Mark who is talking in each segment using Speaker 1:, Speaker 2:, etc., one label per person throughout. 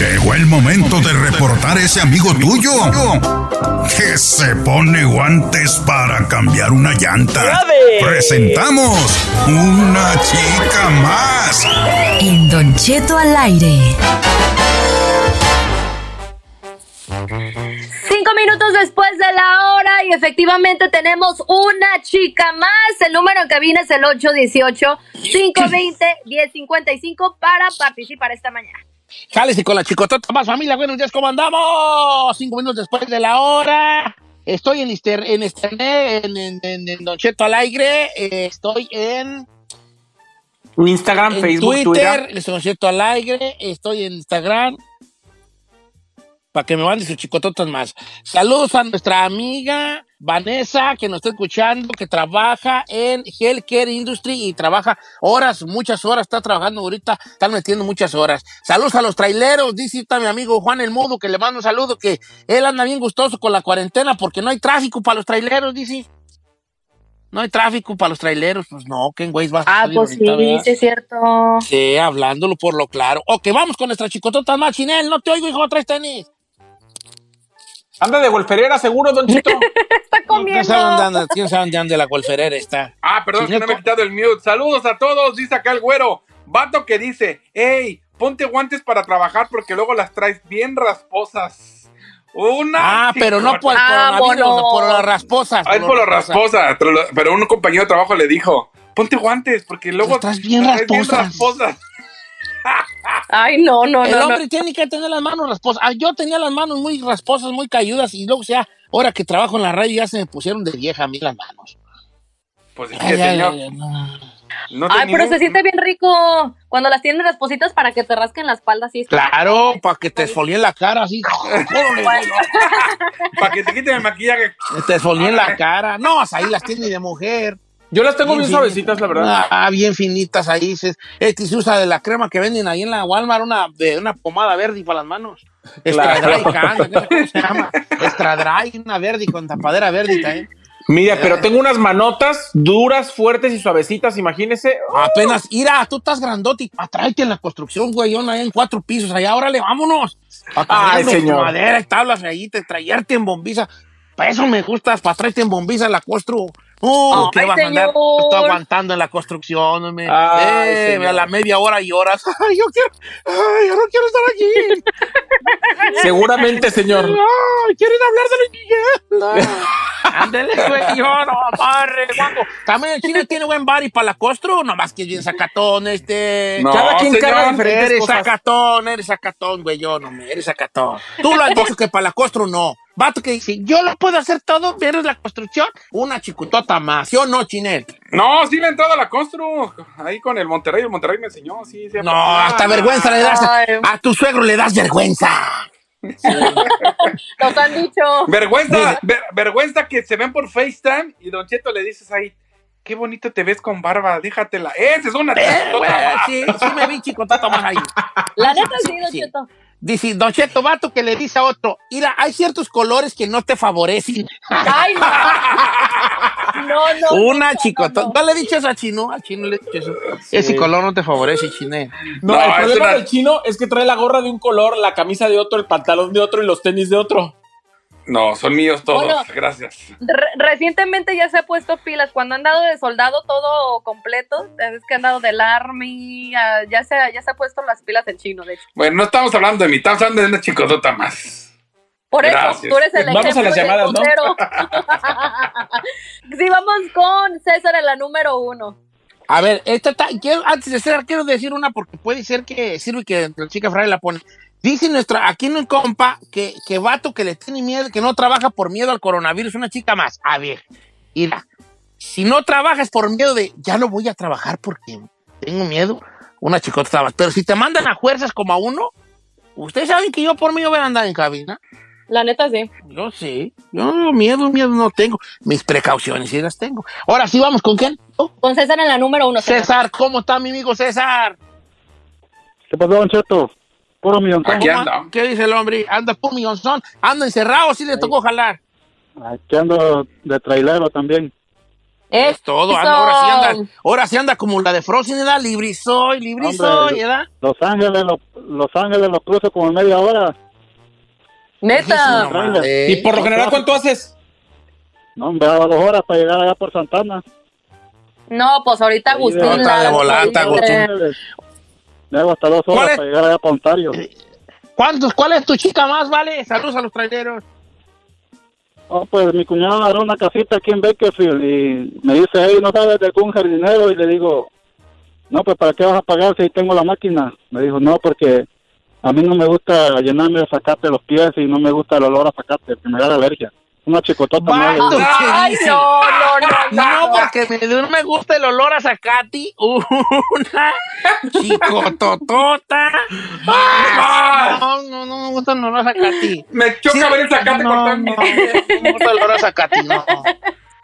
Speaker 1: Llegó el momento de reportar ese amigo tuyo que se pone guantes para cambiar una llanta. Presentamos una chica más.
Speaker 2: En Don Cheto al aire.
Speaker 3: Cinco minutos después de la hora y efectivamente tenemos una chica más. El número en cabina es el 818-520-1055 para participar esta mañana.
Speaker 4: Jálese con la chicotota más familia. Buenos días, ¿cómo andamos? Cinco minutos después de la hora. Estoy en Ister, en, Esterné, en, en, en, en Don Cheto al aire. eh, estoy en,
Speaker 5: Instagram,
Speaker 4: en
Speaker 5: Facebook,
Speaker 4: Twitter, en Don Cheto al aire. Estoy en Instagram. Para que me mande sus chicototas más. Saludos a nuestra amiga Vanessa, que nos está escuchando, que trabaja en Healthcare Industry y trabaja horas, muchas horas. Está trabajando ahorita, están metiendo muchas horas. Saludos a los traileros, dice ahorita mi amigo Juan El Mudo, que le mando un saludo, que él anda bien gustoso con la cuarentena porque no hay tráfico para los traileros, dice. No hay tráfico para los traileros, pues no, ¿qué en güeyes vas a
Speaker 3: Ah,
Speaker 4: salir
Speaker 3: pues sí,
Speaker 4: ahorita, verdad?
Speaker 3: sí es cierto.
Speaker 4: Sí, hablándolo por lo claro. Ok, vamos con nuestra chicotota más, Chinel. No te oigo, hijo, traes tenis.
Speaker 5: Anda de golferera seguro, Don Chito.
Speaker 3: Está
Speaker 4: ¿Quién sabe dónde
Speaker 3: comiendo.
Speaker 4: anda? ¿Quién sabe dónde anda la golferera está?
Speaker 6: Ah, perdón, que no me he
Speaker 4: Chinel,
Speaker 6: quitado el mute. Saludos a todos, dice acá el güero. Vato que dice, hey, ponte guantes para trabajar porque luego las traes bien rasposas. Una.
Speaker 4: Ah, pero no por el
Speaker 3: Vámonos.
Speaker 4: coronavirus, por las rasposas.
Speaker 6: Ah, es por lo
Speaker 4: las rasposas.
Speaker 6: rasposa, pero lo- pero un compañero de trabajo le dijo, ponte guantes porque luego
Speaker 4: Las traes bien
Speaker 6: las traes
Speaker 4: rasposas.
Speaker 6: rasposas.
Speaker 3: Ay, no, no,
Speaker 4: El
Speaker 3: no. no.
Speaker 4: hombre tiene que tener las manos rasposas. Ah, yo tenía las manos muy rasposas, muy cayudas, y luego, o sea, ahora que trabajo en la radio, ya se me pusieron de vieja a mí las manos.
Speaker 6: Pues es que,
Speaker 4: Ay, ay,
Speaker 6: señor,
Speaker 4: ay, ay, no.
Speaker 6: no
Speaker 3: Ay,
Speaker 6: tenía-
Speaker 3: pero se siente bien rico cuando las tienes raspositas para que te rasquen la espalda así.
Speaker 4: Claro, para que te esfolien la cara así. Órale,
Speaker 6: Para que te quiten el maquillaje.
Speaker 4: te esfolien la cara. No, ahí las tiene de mujer.
Speaker 5: Yo las tengo bien,
Speaker 4: Bien
Speaker 5: suavecitas, la verdad.
Speaker 4: Ah, bien finitas ahí. Se, este se usa de la crema que venden ahí en la Walmart, una, de una pomada verde para las manos. Extra dry, can, ¿no? ¿cómo se llama? Extra dry, una verde con tapadera verde también.
Speaker 5: Mira, pero tengo unas manotas duras, fuertes y suavecitas, imagínese.
Speaker 4: Apenas, ira, tú estás grandote y atráete en la construcción, güey, allá en cuatro pisos, allá, órale, vámonos. Pa'
Speaker 5: Ay,
Speaker 4: cargarme
Speaker 5: señor.
Speaker 4: tu Madera y tablas ahí, te traerte en bombiza. Para eso me gustas, para traerte en bombiza en la constru. No,
Speaker 3: Ay,
Speaker 4: ¿qué vas a andar?
Speaker 3: señor.
Speaker 4: Estoy aguantando en la construcción, hombre.
Speaker 5: Ay,
Speaker 4: Eh,
Speaker 5: señor.
Speaker 4: a la media hora y horas. Ay, yo quiero, ay, yo no quiero estar aquí.
Speaker 5: Seguramente, señor.
Speaker 4: Ay, quiero ir a hablar de Luis Miguel. Ándale, güey, yo no, madre, guapo. También el chino tiene buen body para la constru, nomás que es bien sacatón, este.
Speaker 6: No,
Speaker 5: Cada quien
Speaker 6: señor.
Speaker 5: carga diferentes
Speaker 4: Eres
Speaker 5: cosas.
Speaker 4: sacatón, eres sacatón, güey, yo no, me- eres sacatón. Tú lo has dicho que para la constru no. Vato que dice, yo lo puedo hacer todo, menos la construcción, una chicutota más. Yo no, Chinel.
Speaker 6: No, sí le he entrado a la constru. Ahí con el Monterrey. El Monterrey me enseñó. Sí, sí,
Speaker 4: No,
Speaker 6: ah,
Speaker 4: hasta vergüenza le das.
Speaker 3: Ay.
Speaker 4: A tu suegro le das vergüenza.
Speaker 3: Nos han dicho.
Speaker 6: Vergüenza, ver- vergüenza que se ven por FaceTime y Don Cheto le dices ahí, qué bonito te ves con barba, déjatela. Esa es una
Speaker 4: Eh, güey,
Speaker 6: chistota.
Speaker 4: sí, sí me vi chicotota más ahí.
Speaker 3: La neta sí, Don
Speaker 4: Sí.
Speaker 3: Cheto.
Speaker 4: Dice, Don Cheto, vato que le dice a otro, mira, hay ciertos colores que no te favorecen.
Speaker 3: Ay, no. No, no.
Speaker 4: Una
Speaker 3: no,
Speaker 4: chicotota.
Speaker 3: no,
Speaker 4: No,
Speaker 3: no.
Speaker 4: le he dicho eso a Chino, a Chino le he dicho eso. Ese color no te favorece, Chine.
Speaker 5: No,
Speaker 6: No,
Speaker 5: el
Speaker 6: es
Speaker 5: problema
Speaker 6: una-
Speaker 5: del chino es que trae la gorra de un color, la camisa de otro, el pantalón de otro y los tenis de otro.
Speaker 6: No, son míos todos,
Speaker 3: Bueno.
Speaker 6: gracias.
Speaker 3: Re- recientemente ya se ha puesto pilas. Cuando han dado de soldado todo completo, es que han dado del army, ah, ya se, ya se ha puesto las pilas el chino, de hecho.
Speaker 6: Bueno, no estamos hablando de mí, estamos hablando de una chicotota más.
Speaker 3: Por eso,
Speaker 6: Gracias.
Speaker 3: tú eres el
Speaker 5: Vamos a
Speaker 3: ejemplo
Speaker 5: las
Speaker 3: y el
Speaker 5: llamadas, ¿no?
Speaker 3: puntero. sí, vamos con César en la número uno.
Speaker 4: A ver, esta ta- quiero- antes de cerrar, quiero decir una porque puede ser que sirve que la chica Fray la pone. Dice nuestra, aquí no compa que, que vato que le tiene miedo, que no trabaja por miedo al coronavirus, una chica más. A ver, mira, si no trabajas por miedo de ya no voy a trabajar porque tengo miedo, una chicota estaba. Pero si te mandan a fuerzas como a uno, ustedes saben que yo por mí yo voy a andar en cabina.
Speaker 3: La neta, sí.
Speaker 4: Yo sí, yo miedo, miedo no tengo. Mis precauciones sí las tengo. Ahora sí vamos con quién?
Speaker 3: Con César en la número uno. César.
Speaker 4: César, ¿cómo está mi amigo César?
Speaker 7: ¿Qué pasó, Don Cheto? Puro millón.
Speaker 6: Aquí
Speaker 4: ¿Cómo
Speaker 6: anda.
Speaker 4: an- ¿Qué dice el hombre? Anda por millonzón, anda encerrado, sí le tocó jalar.
Speaker 7: Aquí ando de trailero también.
Speaker 4: Es todo, anda,
Speaker 3: Eso.
Speaker 4: ahora sí anda, ahora sí anda como la de Frozen, ¿verdad? Libre soy, libre
Speaker 7: Hombre.
Speaker 4: soy, ¿verdad?
Speaker 7: Los Ángeles, lo- Los Ángeles los cruzo como en media hora.
Speaker 4: Ese
Speaker 3: Neta.
Speaker 4: no mames.
Speaker 5: Y por lo general, ¿cuánto haces?
Speaker 7: No, me daba dos horas para llegar allá por Santana.
Speaker 3: No, pues ahorita Agustín.
Speaker 4: No, está de
Speaker 3: Lara,
Speaker 4: volanta,
Speaker 3: hombre.
Speaker 4: Agustín.
Speaker 7: Me hago hasta dos
Speaker 4: ¿Cuál es?
Speaker 7: horas para llegar allá para Ontario.
Speaker 4: ¿Cuántos, ¿Cuál es tu chica más, vale? Saludos a los traileros.
Speaker 7: Oh, pues mi cuñado agarró una casita aquí en Bakersfield y me dice, hey, ¿no sabes de algún jardinero? Y le digo, no, pues ¿para qué vas a pagar si tengo la máquina? Me dijo, no, porque a mí no me gusta llenarme de zacate los pies y no me gusta el olor a zacate, que me da la alergia. Una chicotota más.
Speaker 4: Vato, ¿qué
Speaker 3: Ay,
Speaker 4: dice?
Speaker 3: no, no, no, no.
Speaker 4: No, porque me, dio- me gusta el olor a Zacati. Una chicototota.
Speaker 6: ¡Ah!
Speaker 4: No, no, no me gusta el olor a Zacati.
Speaker 6: Me choca ver el sacate
Speaker 4: no,
Speaker 6: cortando.
Speaker 4: no, no me gusta el olor a Zacati, no.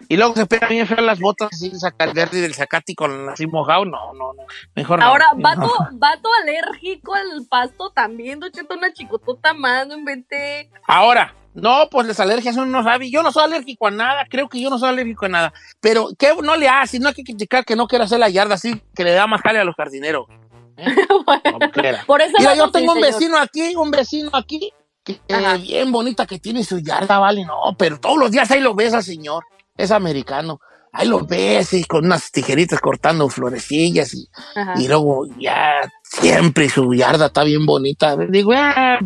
Speaker 4: Y luego se pega bien feo las botas así de sacar verde del Zacati con así mojado. No, no, no. Mejor no.
Speaker 3: Ahora,
Speaker 4: Sí,
Speaker 3: vato,
Speaker 4: no.
Speaker 3: vato alérgico al pasto también, docheta, una chicotota más, no inventé.
Speaker 4: Ahora, no, pues las alergias uno no sabe. Yo no soy alérgico a nada, creo que yo no soy alérgico a nada. Pero ¿qué no le hace? No hay que criticar que no quiera hacer la yarda así, que le da más jale a los jardineros. ¿Eh? Como quiera.
Speaker 3: Por pues eso
Speaker 4: Mira, yo tengo un vecino aquí, un vecino aquí, que que
Speaker 3: Ajá.
Speaker 4: bien bonita que tiene su yarda, vale, no, pero todos los días ahí lo ves al señor, es americano. Ahí lo ves y con unas tijeritas cortando florecillas y, y luego ya siempre su yarda está bien bonita. Digo, "Ah,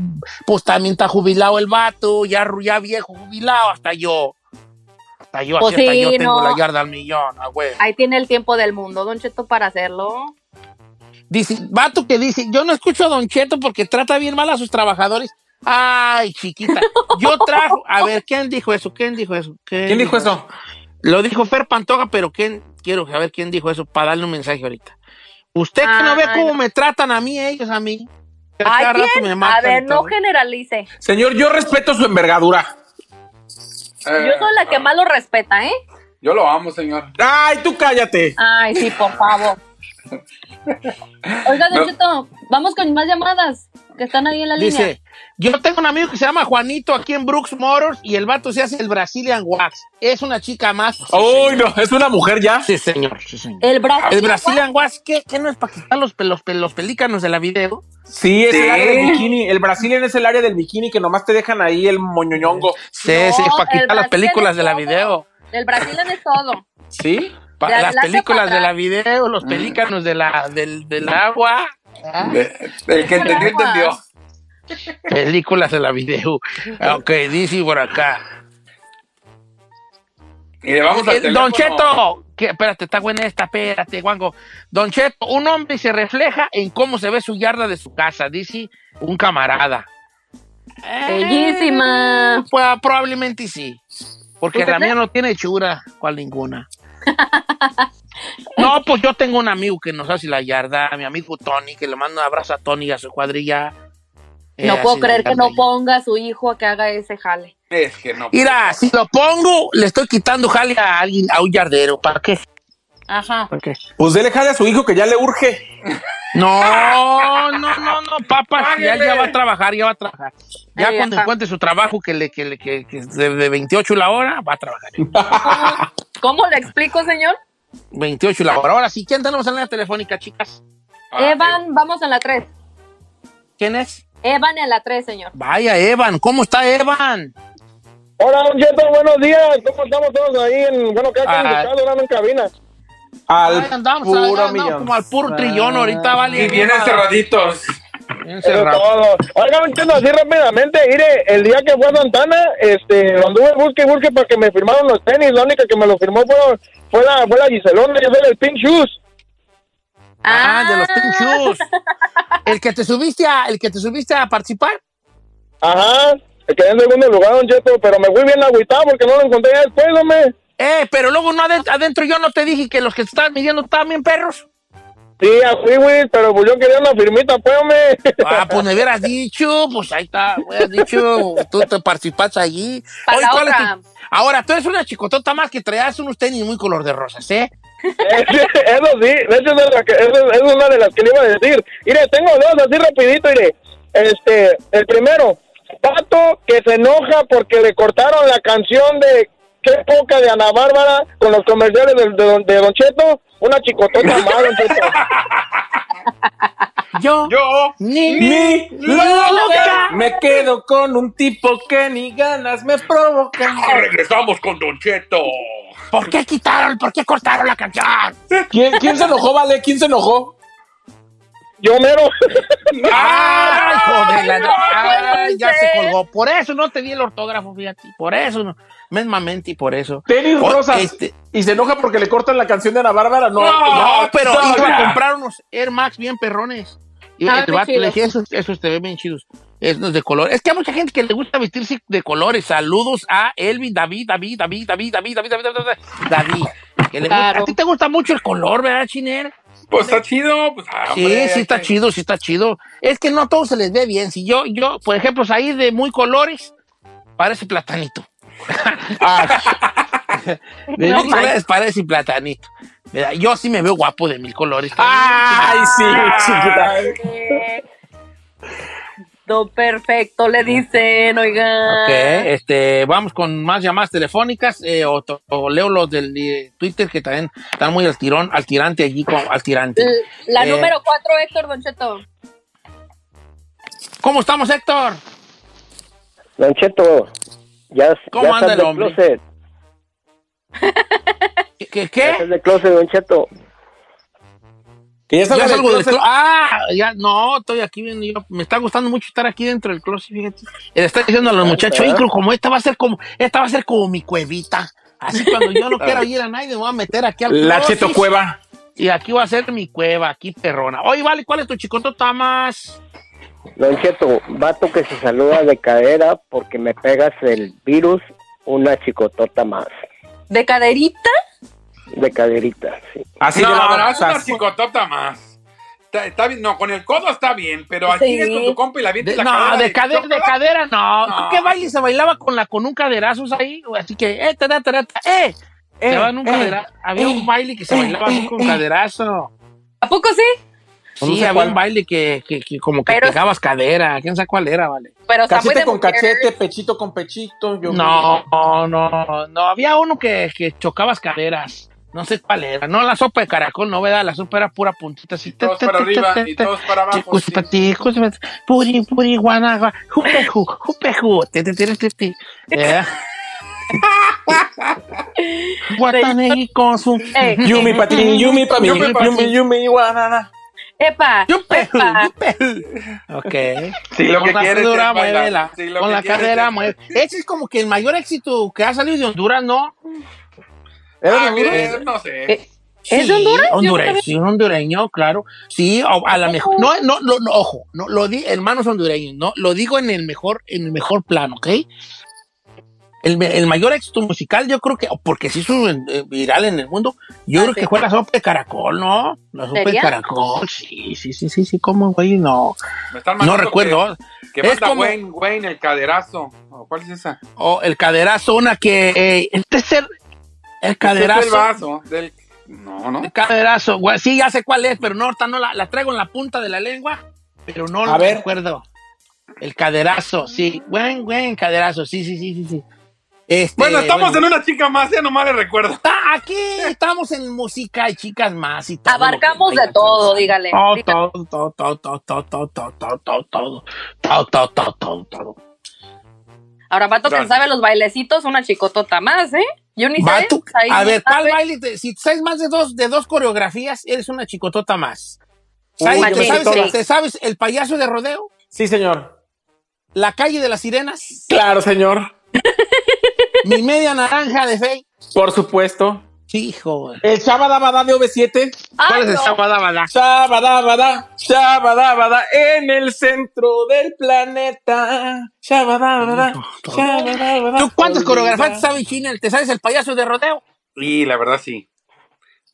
Speaker 4: pues también está jubilado el vato, ya, ru- ya viejo jubilado, hasta yo. Hasta yo,
Speaker 3: Pues
Speaker 4: aquí hasta
Speaker 3: sí,
Speaker 4: yo tengo
Speaker 3: no.
Speaker 4: la yarda al millón, ah, güey.
Speaker 3: Ahí tiene el tiempo del mundo, Don Cheto, para hacerlo.
Speaker 4: Dice, vato que dice, yo no escucho a Don Cheto porque trata bien mal a sus trabajadores. Ay, chiquita. Yo trajo. A ver, ¿quién dijo eso? ¿Quién dijo eso?
Speaker 5: ¿Quién dijo eso?
Speaker 4: Lo dijo Fer Pantoja, pero ¿quién? quiero saber quién dijo eso para darle un mensaje ahorita. Usted que no ve
Speaker 3: Ay,
Speaker 4: cómo
Speaker 3: no.
Speaker 4: me tratan a mí, ellos a mí. Que a
Speaker 3: Ay,
Speaker 4: cada rato
Speaker 3: ¿quién?
Speaker 4: me
Speaker 3: A
Speaker 4: matan
Speaker 3: ver,
Speaker 4: y
Speaker 3: no
Speaker 4: todo.
Speaker 3: generalice.
Speaker 5: Señor, yo respeto su envergadura.
Speaker 4: Eh,
Speaker 3: Yo soy la que más lo respeta, ¿eh?
Speaker 6: Yo lo amo, señor.
Speaker 5: Ay, tú cállate.
Speaker 3: Ay, sí, por favor. Oiga, Don
Speaker 6: No.
Speaker 3: Cheto, vamos con más llamadas que están ahí en la línea.
Speaker 4: Dice, yo tengo un amigo que se llama Juanito aquí en Brooks Motors y el vato se hace el Brazilian Wax. Es una chica más. Sí,
Speaker 5: Uy,
Speaker 4: señor.
Speaker 5: no, es una mujer ya.
Speaker 4: Sí, señor. Sí, señor.
Speaker 3: El brazo.
Speaker 4: El Brazilian Wax, ¿qué, qué no es para quitar los, pe- los, pe- los pelícanos de la video?
Speaker 5: Sí, es
Speaker 6: Sí.
Speaker 5: el área del bikini. El brasileño es el área del bikini que nomás te dejan ahí el moñoñongo.
Speaker 4: Sí,
Speaker 3: No,
Speaker 4: sí, para
Speaker 3: el
Speaker 4: quitar las
Speaker 3: Brazilian
Speaker 4: películas de la
Speaker 3: es todo.
Speaker 4: video.
Speaker 3: El Brasil es todo.
Speaker 5: ¿Sí?
Speaker 4: Pa- Mm.
Speaker 3: De
Speaker 4: las
Speaker 3: adelante
Speaker 4: películas
Speaker 3: para
Speaker 4: de la
Speaker 3: atrás.
Speaker 4: video, los pelícanos de la, del, del agua.
Speaker 6: De- Eh, el que entendió, entendió.
Speaker 4: Películas de la video. Ok, dice por acá.
Speaker 6: Y le vamos
Speaker 4: Eh,
Speaker 6: al teléfono.
Speaker 4: Don Cheto, que, espérate, está buena esta, espérate, guango. Don Cheto, un hombre se refleja en cómo se ve su yarda de su casa, dice un camarada.
Speaker 3: Bellísima.
Speaker 4: Pues probablemente sí. Porque
Speaker 3: ¿Usted
Speaker 4: la
Speaker 3: cree?
Speaker 4: mía no tiene chura, cual ninguna. no, pues yo tengo un amigo que nos hace la yarda, mi amigo Tony, que le mando un abrazo a Tony y a su cuadrilla. Eh,
Speaker 3: No puedo
Speaker 4: así,
Speaker 3: creer que no
Speaker 4: yarda.
Speaker 3: ponga a su hijo a que haga ese jale.
Speaker 6: Es que no.
Speaker 4: Mira, si lo pongo, le estoy quitando jale a alguien, a un yardero. ¿Para qué?
Speaker 3: Ajá.
Speaker 4: ¿Para qué?
Speaker 5: Pues déle jale a su hijo que ya le urge.
Speaker 4: No, no, no, no, papá, si ya,
Speaker 6: Páguele.
Speaker 4: ya va a trabajar, ya va a trabajar. Ya
Speaker 3: Ahí
Speaker 4: cuando
Speaker 3: está.
Speaker 4: encuentre su trabajo que le que le que, que es de, de 28 la hora, va a trabajar.
Speaker 3: ¿Cómo le explico, señor?
Speaker 4: 28 la hora. Ahora sí, ¿quién tenemos en la línea telefónica, chicas?
Speaker 6: Ah,
Speaker 3: Evan, vamos en la 3.
Speaker 4: ¿Quién es?
Speaker 3: Evan en la 3, señor.
Speaker 4: Vaya, Evan, ¿cómo está Evan?
Speaker 8: Hola, Don Cheto, buenos días. ¿Cómo estamos todos ahí? En, bueno, ¿qué
Speaker 4: Ajá.
Speaker 8: hacen ahora en cabina?
Speaker 4: Ahí andamos, ahí andamos como al puro trillón ahorita, vale. Ah,
Speaker 8: Y bien encerraditos.
Speaker 4: Bien
Speaker 8: Eso es
Speaker 4: cerrado.
Speaker 8: todo. Oiga, Don Cheto, así rápidamente, mire, el día que fue a Santana, este, lo anduve busque y busque para que me firmaron los tenis. La única que me lo firmó fue, fue, la, fue la Giselona, yo soy el Pink Shoes.
Speaker 4: Ah, de los Pink Shoes. El que te subiste a, el que te subiste a participar.
Speaker 8: Ajá, me quedé en segundo lugar, Don Cheto, pero me fui bien agüitado porque no lo encontré ya después, hombre.
Speaker 4: Eh, pero luego no adentro, adentro yo no te dije que los que te estaban midiendo estaban bien perros.
Speaker 8: Sí, así, güey, pero pues yo quería una firmita, pues, hombre.
Speaker 4: Ah, pues me hubieras dicho, pues ahí está, me hubieras dicho, tú te participas allí.
Speaker 3: Para la
Speaker 4: ¿cuál es
Speaker 3: otra.
Speaker 4: tu- Ahora, tú eres una chicotota más que traías unos tenis muy color de rosas, ¿eh?
Speaker 8: Eso sí, de hecho esa es, la que- esa es- es una de las que le iba a decir. Mire, tengo dos así rapidito, mire. Este, el primero, Pato que se enoja porque le cortaron la canción de Qué poca de Ana Bárbara con los comerciales de, de don, de Don Cheto. Una chicotota más, Don Cheto.
Speaker 4: Yo,
Speaker 6: yo
Speaker 4: ni,
Speaker 5: ni
Speaker 6: loca.
Speaker 5: loca. Me quedo con un tipo que ni ganas me provoca.
Speaker 6: Ah, Regresamos con Don Cheto.
Speaker 4: ¿Por qué quitaron, por qué cortaron la canción?
Speaker 5: ¿Quién, quién se enojó, Vale? ¿Quién se enojó?
Speaker 8: Yo mero.
Speaker 4: ¡Ay, hijo de la-
Speaker 5: Ay, no,
Speaker 4: Ay, ya
Speaker 5: puede
Speaker 4: se
Speaker 5: ser.
Speaker 4: colgó. Por eso no te di el ortógrafo, fíjate. Por eso, no. Mesmamente y por eso.
Speaker 5: Tenis
Speaker 6: Oh,
Speaker 4: Por-
Speaker 5: rosas.
Speaker 4: este-
Speaker 5: Y se enoja porque le cortan la canción de Ana Bárbara. No,
Speaker 4: No, no, pero
Speaker 5: no,
Speaker 4: iba
Speaker 5: ya.
Speaker 4: a comprar unos Air Max bien perrones. Y
Speaker 5: Ah,
Speaker 4: el vato
Speaker 5: bien
Speaker 4: le dije,
Speaker 5: chidos.
Speaker 4: esos, esos te ven bien chidos. Esos de color. Es que hay mucha gente que le gusta vestirse de colores. Saludos a Elvin, David, David, David, David, David, David, David, David, David. David. Que le gusta-
Speaker 6: Claro.
Speaker 4: A ti te gusta mucho el color, ¿verdad, Chiner?
Speaker 6: Pues está chido. Pues, ah,
Speaker 4: Sí,
Speaker 6: hombre,
Speaker 4: sí está
Speaker 6: que-
Speaker 4: chido, sí está chido. Es que no a todos se les ve bien. Si yo, yo, por ejemplo, ahí de muy colores, parece platanito. de
Speaker 6: Ah, No
Speaker 4: mil colores parece platanito. Mira, yo sí me veo guapo de mil colores.
Speaker 6: Ah.
Speaker 5: ¡Ay, sí!
Speaker 4: Ay.
Speaker 3: Do perfecto, le dicen, oiga.
Speaker 4: Ok, este, vamos con más llamadas telefónicas eh, o, to- o leo los del eh, Twitter que también están muy al tirón, al tirante allí, con, al tirante.
Speaker 3: L- La
Speaker 4: Eh,
Speaker 3: número cuatro, Héctor Don Cheto.
Speaker 4: ¿Cómo estamos, Héctor?
Speaker 9: Don Cheto, ya,
Speaker 4: ¿Cómo
Speaker 9: ya
Speaker 4: anda
Speaker 9: sal
Speaker 4: el
Speaker 9: del
Speaker 4: hombre?
Speaker 9: closet.
Speaker 4: ¿Qué? qué?
Speaker 9: Ya sal del closet, Don Cheto.
Speaker 5: Que ya
Speaker 4: salgo
Speaker 9: del
Speaker 4: del
Speaker 9: closet.
Speaker 4: clo- Ah, ya, no, estoy aquí. bien, yo- me está gustando mucho estar aquí dentro del closet, fíjate. Eh, Le está diciendo a los muchachos, "Oye, creo como esta va a ser como, esta va a ser como mi cuevita. Así cuando yo no quiera ir a nadie, me voy a meter aquí al
Speaker 5: La
Speaker 4: closet.
Speaker 5: Cheto Cueva.
Speaker 4: Y aquí va a ser mi cueva, aquí perrona. Oye, vale, ¿cuál es tu chicotota más?
Speaker 9: Don Cheto, vato que se saluda de cadera porque me pegas el virus, una chicotota más.
Speaker 3: ¿De caderita?
Speaker 9: De caderita, sí.
Speaker 5: Así
Speaker 6: no,
Speaker 5: que la
Speaker 6: no, es
Speaker 5: abrazas.
Speaker 6: una chicotota más. Está, está bien, no, con el codo está bien, pero aquí
Speaker 4: Sí.
Speaker 6: es con tu compa y la viente
Speaker 4: De-
Speaker 6: la
Speaker 4: no, de cadera, de
Speaker 6: chócala.
Speaker 4: cadera, no.
Speaker 6: No.
Speaker 4: ¿Tú qué baile se bailaba con la con un caderazo ahí? Así que, eh, ta, ta, ta, ta, eh.
Speaker 5: Eh,
Speaker 4: Se daban un
Speaker 5: eh,
Speaker 4: cadera- Había un baile que se bailaba así con caderazo.
Speaker 3: ¿A poco sí?
Speaker 5: No
Speaker 4: Sí,
Speaker 5: sé
Speaker 4: había
Speaker 5: cuál.
Speaker 4: un baile que, que- que como que
Speaker 3: Pero-
Speaker 4: pegabas cadera. ¿Quién sabe cuál era, vale?
Speaker 3: Pero está muy
Speaker 5: Cachete
Speaker 3: de
Speaker 5: con
Speaker 3: mujer.
Speaker 5: cachete, pechito con pechito. Yo
Speaker 4: No, no, no, no. Había uno que, que chocabas caderas. No sé cuál era. No, la sopa de caracol, no, ¿verdad? La sopa era pura puntita. Así.
Speaker 6: Todos para arriba y todos para abajo. sí.
Speaker 4: Cusipaticos, puri, puri, guanaga, jupeju, jupeju, te, te, te, te, te. Eh. Guatanegui con su...
Speaker 3: Eh.
Speaker 5: Yumi pa' ti, yumi pa' mí,
Speaker 4: Yumi pa'
Speaker 5: yumi,
Speaker 4: ti.
Speaker 5: yumi, guanana.
Speaker 3: Epa,
Speaker 4: Yupeju,
Speaker 3: epa.
Speaker 4: Ok.
Speaker 6: Sí, lo que
Speaker 4: Con la
Speaker 6: quieres
Speaker 4: cintura,
Speaker 6: es bailar.
Speaker 4: muévela.
Speaker 6: Sí, lo
Speaker 4: Con
Speaker 6: que
Speaker 4: la
Speaker 6: quieres
Speaker 4: cadera,
Speaker 6: es-
Speaker 4: mueve. Ese es como que el mayor éxito que ha salido de Honduras, ¿no?
Speaker 5: Era
Speaker 6: Ah,
Speaker 5: de
Speaker 6: mire,
Speaker 5: Honduras.
Speaker 6: no sé.
Speaker 4: eh,
Speaker 3: ¿Es de Honduras? Yo
Speaker 4: hondureño,
Speaker 3: nunca
Speaker 4: sí, un hondureño, claro. Sí, o- a la mejor. No, no, no, no, ojo, no, lo di, hermanos hondureños, no, lo digo en el mejor, en el mejor plano, ¿ok? El, me- el mayor éxito musical, yo creo que, porque se hizo eh, viral en el mundo, yo
Speaker 3: Ah,
Speaker 4: creo
Speaker 3: sí.
Speaker 4: que fue la sopa de caracol, ¿no? La sopa de
Speaker 3: ¿Sería?
Speaker 4: caracol, sí, sí, sí, sí, sí, como, güey, no.
Speaker 6: Me están
Speaker 4: No
Speaker 6: mandando
Speaker 4: recuerdo.
Speaker 6: Que, que
Speaker 4: Es
Speaker 6: manda
Speaker 4: como-
Speaker 6: Wayne, Wayne, el caderazo. Oh, ¿Cuál es esa?
Speaker 4: O el caderazo, una que, eh, el tercer, el caderazo.
Speaker 6: Es el vaso. Del... No, no.
Speaker 4: El caderazo, güey. Sí, ya sé cuál es, pero no, ahorita no la, la traigo en la punta de la lengua, pero no
Speaker 5: A
Speaker 4: la
Speaker 5: ver.
Speaker 4: recuerdo. El caderazo, sí. Buen, buen caderazo, sí, sí, sí, sí. sí. Este,
Speaker 6: Bueno, estamos en una chica más, ya nomás le recuerdo.
Speaker 4: Está- aquí estamos en música y chicas más y todo lo que
Speaker 3: Abarcamos
Speaker 4: tenga
Speaker 3: de todo,
Speaker 4: que ver.
Speaker 3: dígale.
Speaker 4: Todo, todo, todo, todo, todo, todo, todo, todo, todo, todo, todo, todo, todo, todo.
Speaker 3: Ahora, vato que
Speaker 4: Claro.
Speaker 3: sabe los bailecitos, una chicotota más, ¿eh? Yo ni sé.
Speaker 4: Vato,
Speaker 3: ahí
Speaker 4: a
Speaker 3: no
Speaker 4: ver, ¿cuál
Speaker 3: sabe.
Speaker 4: baile? te- si sabes más de dos, de dos coreografías, eres una chicotota más.
Speaker 5: Uy,
Speaker 4: ¿Sabes,
Speaker 5: yo
Speaker 4: te
Speaker 5: me sé
Speaker 4: sabes-
Speaker 5: todas.
Speaker 4: te sabes el payaso de rodeo?
Speaker 5: Sí, señor.
Speaker 4: ¿La calle de las sirenas?
Speaker 5: Claro, señor.
Speaker 4: ¿Mi media naranja de fe?
Speaker 5: Por supuesto.
Speaker 4: Hijo.
Speaker 5: El Shabadabada de OV7.
Speaker 3: Ah,
Speaker 4: ¿Cuál es el Shabadabada?
Speaker 5: Shabadabada, Shabadabada, en el centro del planeta. Shabadabada, Shabadabada.
Speaker 4: ¿Tú cuántas coreografías sabes, China? ¿Te sabes el payaso de rodeo?
Speaker 6: Sí, la verdad sí.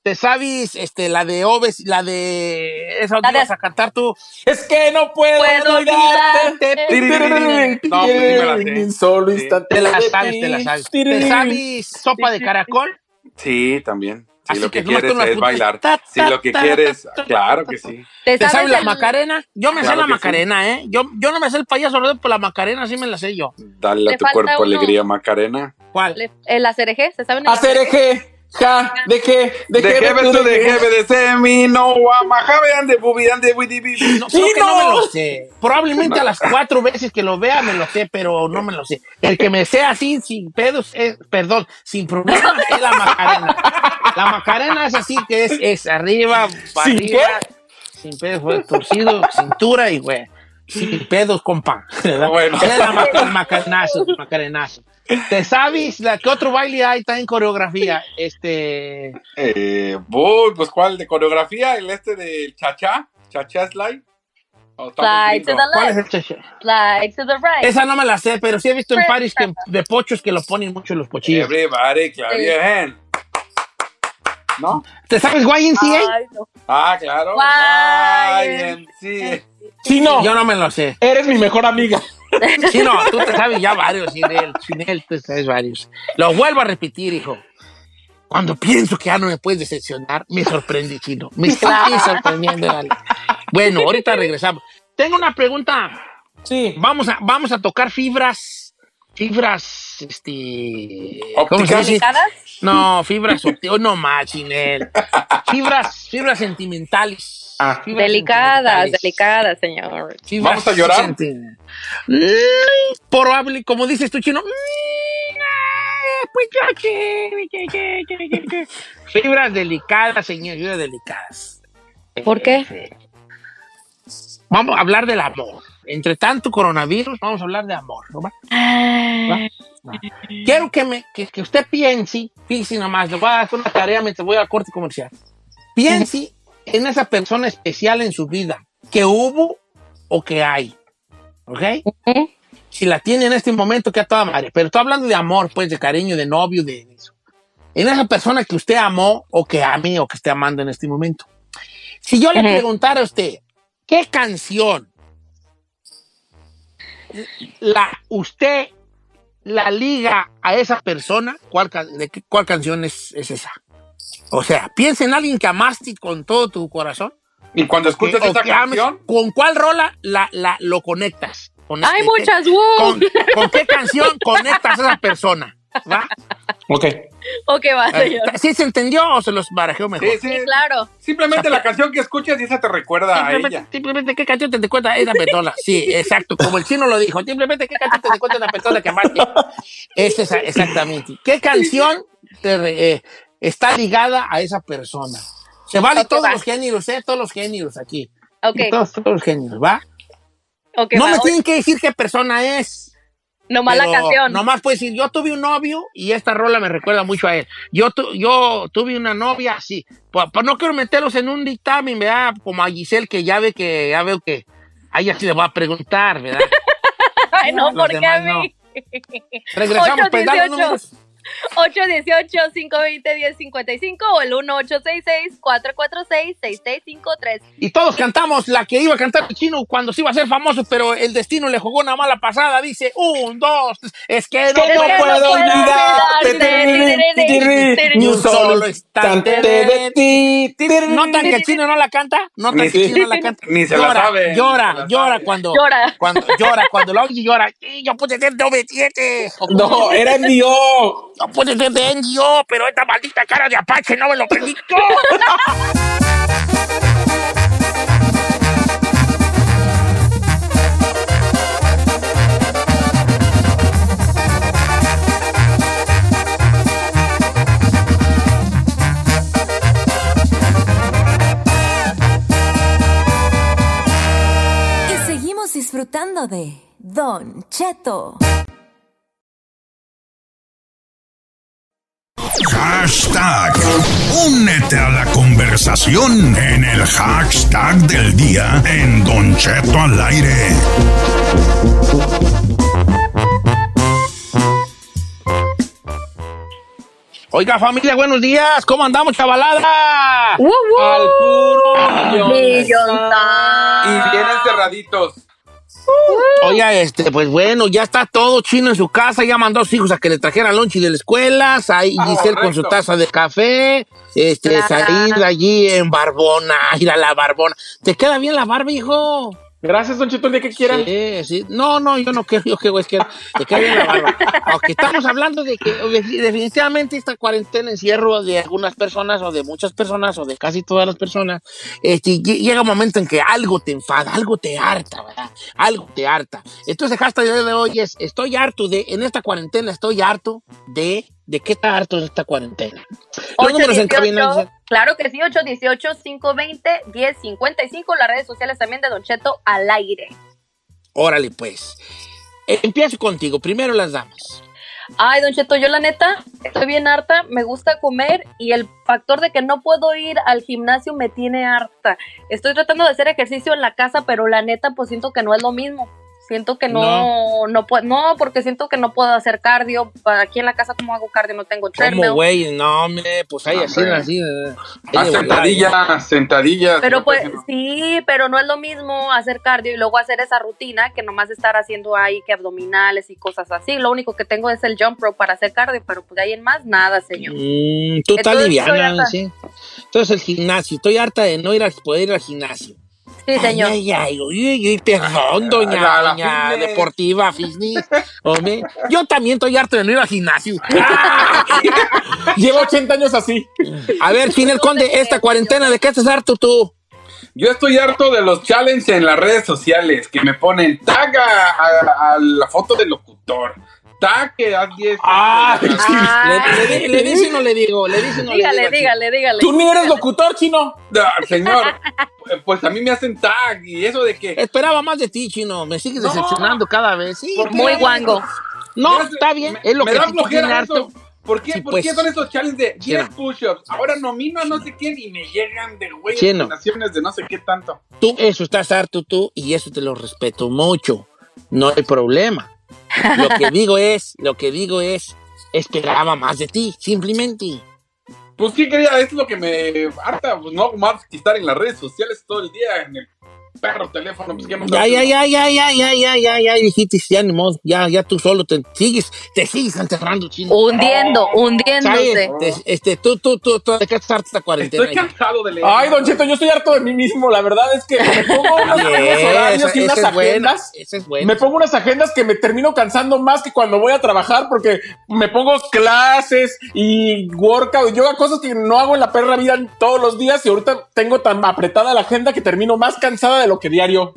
Speaker 4: ¿Te sabes este, la de Oves, la de... Esa
Speaker 3: La
Speaker 4: la
Speaker 3: de-
Speaker 4: a cantar tú.
Speaker 5: Es que no puedo,
Speaker 3: Puedo Este, olvidarte.
Speaker 5: olvidarte.
Speaker 6: No, pues sí me la sé.
Speaker 5: En solo instante
Speaker 4: Te la
Speaker 5: de
Speaker 4: sabes,
Speaker 5: ti.
Speaker 4: te la sabes. ¿Te sabes sopa de caracol?
Speaker 6: Sí, también. Si
Speaker 4: Así
Speaker 6: lo que,
Speaker 4: que nomás
Speaker 6: quieres
Speaker 4: tú las
Speaker 6: es
Speaker 4: putas-
Speaker 6: bailar.
Speaker 4: ta,
Speaker 6: Si
Speaker 4: ta,
Speaker 6: lo que
Speaker 4: ta,
Speaker 6: quieres,
Speaker 4: ta, ta,
Speaker 6: claro que sí.
Speaker 3: ¿Te
Speaker 4: ¿Te
Speaker 3: sabes
Speaker 4: sabes la
Speaker 3: el-
Speaker 4: Macarena? Yo me sé
Speaker 6: Claro
Speaker 4: la
Speaker 6: que sí.
Speaker 4: Macarena, ¿eh? Yo, yo no me sé el payaso rodeo, pero la Macarena sí me la sé yo.
Speaker 6: Dale
Speaker 3: Le
Speaker 6: a tu
Speaker 3: falta
Speaker 6: cuerpo
Speaker 3: uno.
Speaker 6: alegría, Macarena.
Speaker 4: ¿Cuál?
Speaker 3: le- El acereje, ¿se saben? el
Speaker 5: Hacer eje, ja, de que, de que,
Speaker 6: De jebe
Speaker 5: tú
Speaker 6: to de jebe de semi, no guama, jave ande bubi ande bubi bubi.
Speaker 4: No, creo que no me
Speaker 5: ¡Chino!
Speaker 4: lo sé. Probablemente a las cuatro veces que lo vea me lo sé, pero no me lo sé. El que me sea así, sin pedos, es- perdón, sin problemas, es la Macarena. La Macarena es así, que es, es arriba, para
Speaker 5: ¿Sin
Speaker 4: arriba, sin pedos, güey, torcido, cintura y güey. Sin pedos, compa.
Speaker 6: Bueno.
Speaker 4: Es la ma- el macarenazo, el macarenazo. ¿Te sabes la, qué otro baile hay está en coreografía? Este.
Speaker 6: Eh, voy, pues cuál de coreografía, el este del chachá, chachá slide. Oh, está muy
Speaker 3: Slide to
Speaker 6: gringo.
Speaker 3: the
Speaker 4: ¿Cuál es
Speaker 3: left,
Speaker 4: el chacha?
Speaker 3: slide to the right.
Speaker 4: Esa no me la sé, pero sí he visto en paris que, de pochos que lo ponen mucho los pochillos.
Speaker 6: Everybody, claro,
Speaker 3: Sí.
Speaker 6: bien. ¿No?
Speaker 4: ¿Te sabes eh? YNCA?
Speaker 3: Ay, no.
Speaker 6: Ah, claro.
Speaker 3: Guay.
Speaker 6: Guay, sí.
Speaker 5: Chino,
Speaker 4: Yo no me lo sé.
Speaker 5: eres mi mejor amiga.
Speaker 4: Sí, no, tú te sabes ya varios, sin él, sin él te sabes varios. Lo vuelvo a repetir, hijo. Cuando pienso que ya no me puedes decepcionar, me sorprende, chino. Me está sorprendiendo, vale. Bueno, ahorita regresamos. Tengo una pregunta.
Speaker 5: Sí.
Speaker 4: Vamos a, vamos a tocar fibras. Fibras, este.
Speaker 6: Ópticas.
Speaker 3: ¿Delicadas?
Speaker 4: No, fibras opti- oh, no más, Chinel. Fibras, fibras sentimentales.
Speaker 5: Ah.
Speaker 4: Fibras
Speaker 3: Delicadas,
Speaker 4: sentimentales.
Speaker 3: delicadas, señor.
Speaker 4: Fibras
Speaker 6: ¿Vamos a llorar?
Speaker 4: sentimentales. Mm, Probable, como dices tú, chino. Mm, ah, Pues yo que- que- que- que- que- que. Fibras delicadas, señor, fibras delicadas.
Speaker 3: ¿Por qué?
Speaker 4: Vamos a hablar del amor. Entre tanto coronavirus, vamos a hablar de amor. ¿no va? Quiero que, me, que, que usted piense, fíjese nomás, le voy a hacer una tarea mientras voy al corte comercial. Piense en esa persona especial en su vida, que hubo o que hay. ¿Ok? Si la tiene en este momento, que a toda madre. Pero estoy hablando de amor, pues, de cariño, de novio, de eso. En esa persona que usted amó o que ame o que esté amando en este momento. Si yo le
Speaker 3: Ujú.
Speaker 4: preguntara a usted, ¿qué canción la usted la liga a esa persona, ¿cuál, ca- de qué- cuál canción es, es esa? O sea, piensa en alguien que amaste con todo tu corazón.
Speaker 6: Y cuando escuchas
Speaker 4: que- o
Speaker 6: esta
Speaker 4: que ames.
Speaker 6: canción,
Speaker 4: ¿Con cuál rola la, la- lo conectas? Con
Speaker 3: Hay
Speaker 4: este-
Speaker 3: muchas, ¡uh! woo.
Speaker 4: ¿Con, con qué canción conectas a esa persona? ¿Va?
Speaker 5: Ok.
Speaker 3: ¿O qué va, señor?
Speaker 4: ¿Sí se entendió o se los barajeo mejor?
Speaker 6: sí, sí.
Speaker 3: Sí, claro.
Speaker 6: simplemente la canción que escuchas y esa te recuerda a
Speaker 4: Simplemente,
Speaker 6: ella.
Speaker 4: simplemente qué canción te te cuenta esa persona. Sí, exacto, como el chino lo dijo. Simplemente qué canción te te cuenta una persona que amaste. Es esa, exactamente. ¿Qué canción te re- eh, está ligada a esa persona? Se vale
Speaker 3: Ok,
Speaker 4: todos
Speaker 3: va.
Speaker 4: los géneros, ¿eh? Todos los géneros aquí.
Speaker 3: Ok,
Speaker 4: Todos, todos los géneros, ¿va?
Speaker 3: ok,
Speaker 4: no
Speaker 3: va.
Speaker 4: me tienen que decir qué persona es.
Speaker 3: Nomás la
Speaker 4: Pero
Speaker 3: canción.
Speaker 4: Nomás puedes decir, yo tuve un novio y esta rola me recuerda mucho a él. Yo, tu- yo tuve una novia así. Pues, pues no quiero meterlos en un dictamen, ¿verdad? Como a Giselle, que ya ve que, ya veo que a ella sí le va a preguntar, ¿verdad?
Speaker 3: Ay, no,
Speaker 4: Los
Speaker 3: ¿por qué a
Speaker 4: demás no.
Speaker 3: mí?
Speaker 4: Regresamos, pues dale
Speaker 3: 818.
Speaker 4: números.
Speaker 3: 818-520-1055 o el 1866-446-6653.
Speaker 4: Y todos cantamos la que iba a cantar el chino cuando se iba a ser famoso, pero el destino le jugó una mala pasada. Dice, un, dos, tres, es que no,
Speaker 5: Que no
Speaker 4: puedo
Speaker 5: puedo olvidarte, ni un solo instante de ti.
Speaker 4: ¿Notan que el chino no la canta? ¿Notan
Speaker 6: Ni
Speaker 4: que el
Speaker 6: sí.
Speaker 4: chino no la canta?
Speaker 6: Ni se la
Speaker 4: llora,
Speaker 6: sabe,
Speaker 4: Llora,
Speaker 6: ni se la
Speaker 4: llora
Speaker 6: sabe.
Speaker 4: cuando...
Speaker 3: Llora.
Speaker 4: Cuando llora, cuando lo oye llora. "Sí, Yo puse ser de 7
Speaker 5: No, era mío.
Speaker 4: Yo puse ser de NGO, pero esta maldita cara de Apache no me lo permitió.
Speaker 10: disfrutando de Don Cheto.
Speaker 1: Hashtag. Únete a la conversación en el hashtag del día en Don Cheto al aire.
Speaker 4: Oiga, familia, buenos días. ¿Cómo andamos, chavalada? Al
Speaker 5: Ah,
Speaker 4: puro
Speaker 6: Y bien encerraditos.
Speaker 4: Oiga, este, pues bueno, ya está todo chino en su casa, ya mandó a sus hijos a que le trajeran lonche de la escuela, ahí
Speaker 6: Ah,
Speaker 4: Giselle con
Speaker 6: correcto.
Speaker 4: su taza de café, este,
Speaker 6: Claro.
Speaker 4: salir allí en Barbona, ir a la Barbona. ¿Te queda bien la barba, hijo? Gracias, Don Chito, el día que quieran. Sí, sí. No, no, yo no quiero, yo qué güey, es que te queda bien la barba. Aunque estamos hablando de que obvi- definitivamente esta cuarentena encierro de algunas personas o de muchas personas o de casi todas las personas, este, lle- llega un momento en que algo te enfada, algo te harta, ¿verdad? Algo te harta. Entonces, el hashtag de hoy es, estoy harto de, en esta cuarentena estoy harto de, ¿de qué está harto en esta cuarentena? Los números en cabina,
Speaker 3: 818, claro que sí, 818-520-1055, las redes sociales también de Don Cheto al aire.
Speaker 4: órale pues. Eh, Empiezo contigo, primero las damas.
Speaker 3: Ay, Don Cheto, yo la neta estoy bien harta, me gusta comer y el factor de que no puedo ir al gimnasio me tiene harta. Estoy tratando de hacer ejercicio en la casa, pero la neta pues siento que no es lo mismo. Siento que no, no, puedo, no, porque siento que no puedo hacer cardio. Aquí en la casa, ¿cómo hago cardio? No tengo treadmill.
Speaker 4: Como güey, no, hombre, pues ahí así,
Speaker 6: Hombre.
Speaker 4: así. eh,
Speaker 6: Ah,
Speaker 4: eh,
Speaker 6: sentadillas, sentadillas.
Speaker 3: Pero pues sí, pero no es lo mismo hacer cardio y luego hacer esa rutina que nomás estar haciendo ahí que abdominales y cosas así. Lo único que tengo es el jump rope para hacer cardio, pero pues de ahí en más nada, señor.
Speaker 4: Mm, tú estás
Speaker 3: Entonces, estoy
Speaker 4: liviana,
Speaker 3: harta.
Speaker 4: sí. Entonces el gimnasio, estoy harta de no ir al, poder ir al gimnasio.
Speaker 3: Sí, señor.
Speaker 4: Ay, ay, ay, uy, uy, uy, perdón, doña,
Speaker 6: Ah, la- la
Speaker 4: doña
Speaker 6: fitness.
Speaker 4: deportiva, fitness. Hombre, yo también estoy harto de no ir al gimnasio. Llevo 80 años así. A ver, Chinel Conde, esta cuarentena, ¿de qué estás harto tú?
Speaker 6: Yo estoy harto de los challenges en las redes sociales que me ponen tag a, a- a la foto del locutor. Tag que haz 10.
Speaker 4: Ah, Le, le di- le dice o no le digo, le dice o no
Speaker 3: dígale,
Speaker 4: le digo.
Speaker 3: dígale, dígale.
Speaker 6: locutor, chino. señor, pues a mí me hacen tag y eso de que.
Speaker 4: Esperaba más de ti, chino. Me sigues
Speaker 6: No.
Speaker 4: decepcionando cada vez. Sí,
Speaker 6: ¿Por qué?
Speaker 4: muy guango. No, está bien. es lo
Speaker 6: me
Speaker 4: que
Speaker 6: da
Speaker 4: sí te tiene
Speaker 6: flojera
Speaker 4: harto.
Speaker 6: eso. ¿Por qué,
Speaker 4: Sí,
Speaker 6: ¿Por
Speaker 4: pues.
Speaker 6: qué son esos challenges de
Speaker 4: Chino.
Speaker 6: 10 push-ups? Ahora nomino a no sé quién y me llegan de güey
Speaker 4: Chino.
Speaker 6: nominaciones de no sé qué tanto.
Speaker 4: Tú, eso estás harto tú y eso te lo respeto mucho. No hay problema. Lo que digo es, lo que digo es, esperaba más de ti, simplemente.
Speaker 6: Pues sí, quería, es lo que me harta, pues no hago más que estar en las redes sociales todo el día, en el perro teléfono, pues que no
Speaker 4: Ya, ya, ya, ya, ya, ya, ya, ya, ya, dijiste, ya ni modo, ya, ya tú solo te sigues, te sigues enterrando, chino.
Speaker 3: Hundiendo, hundiéndose.
Speaker 4: ¿Sabes? Te- Este, tú, tú, tú, tú, ¿de qué estás harto esta cuarentena?
Speaker 6: Estoy cansado de leer.
Speaker 5: Ay, Don Cheto, yo estoy harto de mí mismo. La verdad es que me pongo unos
Speaker 4: Bien,
Speaker 5: buenos horarios
Speaker 4: esa-
Speaker 5: y unas
Speaker 4: esa es buena,
Speaker 5: agendas.
Speaker 4: esa es buena.
Speaker 5: Me pongo unas agendas que me termino cansando más que cuando voy a trabajar porque me pongo clases y workout, yoga, cosas que no hago en la perra vida todos los días y ahorita tengo tan apretada la agenda que termino más cansada de lo que diario.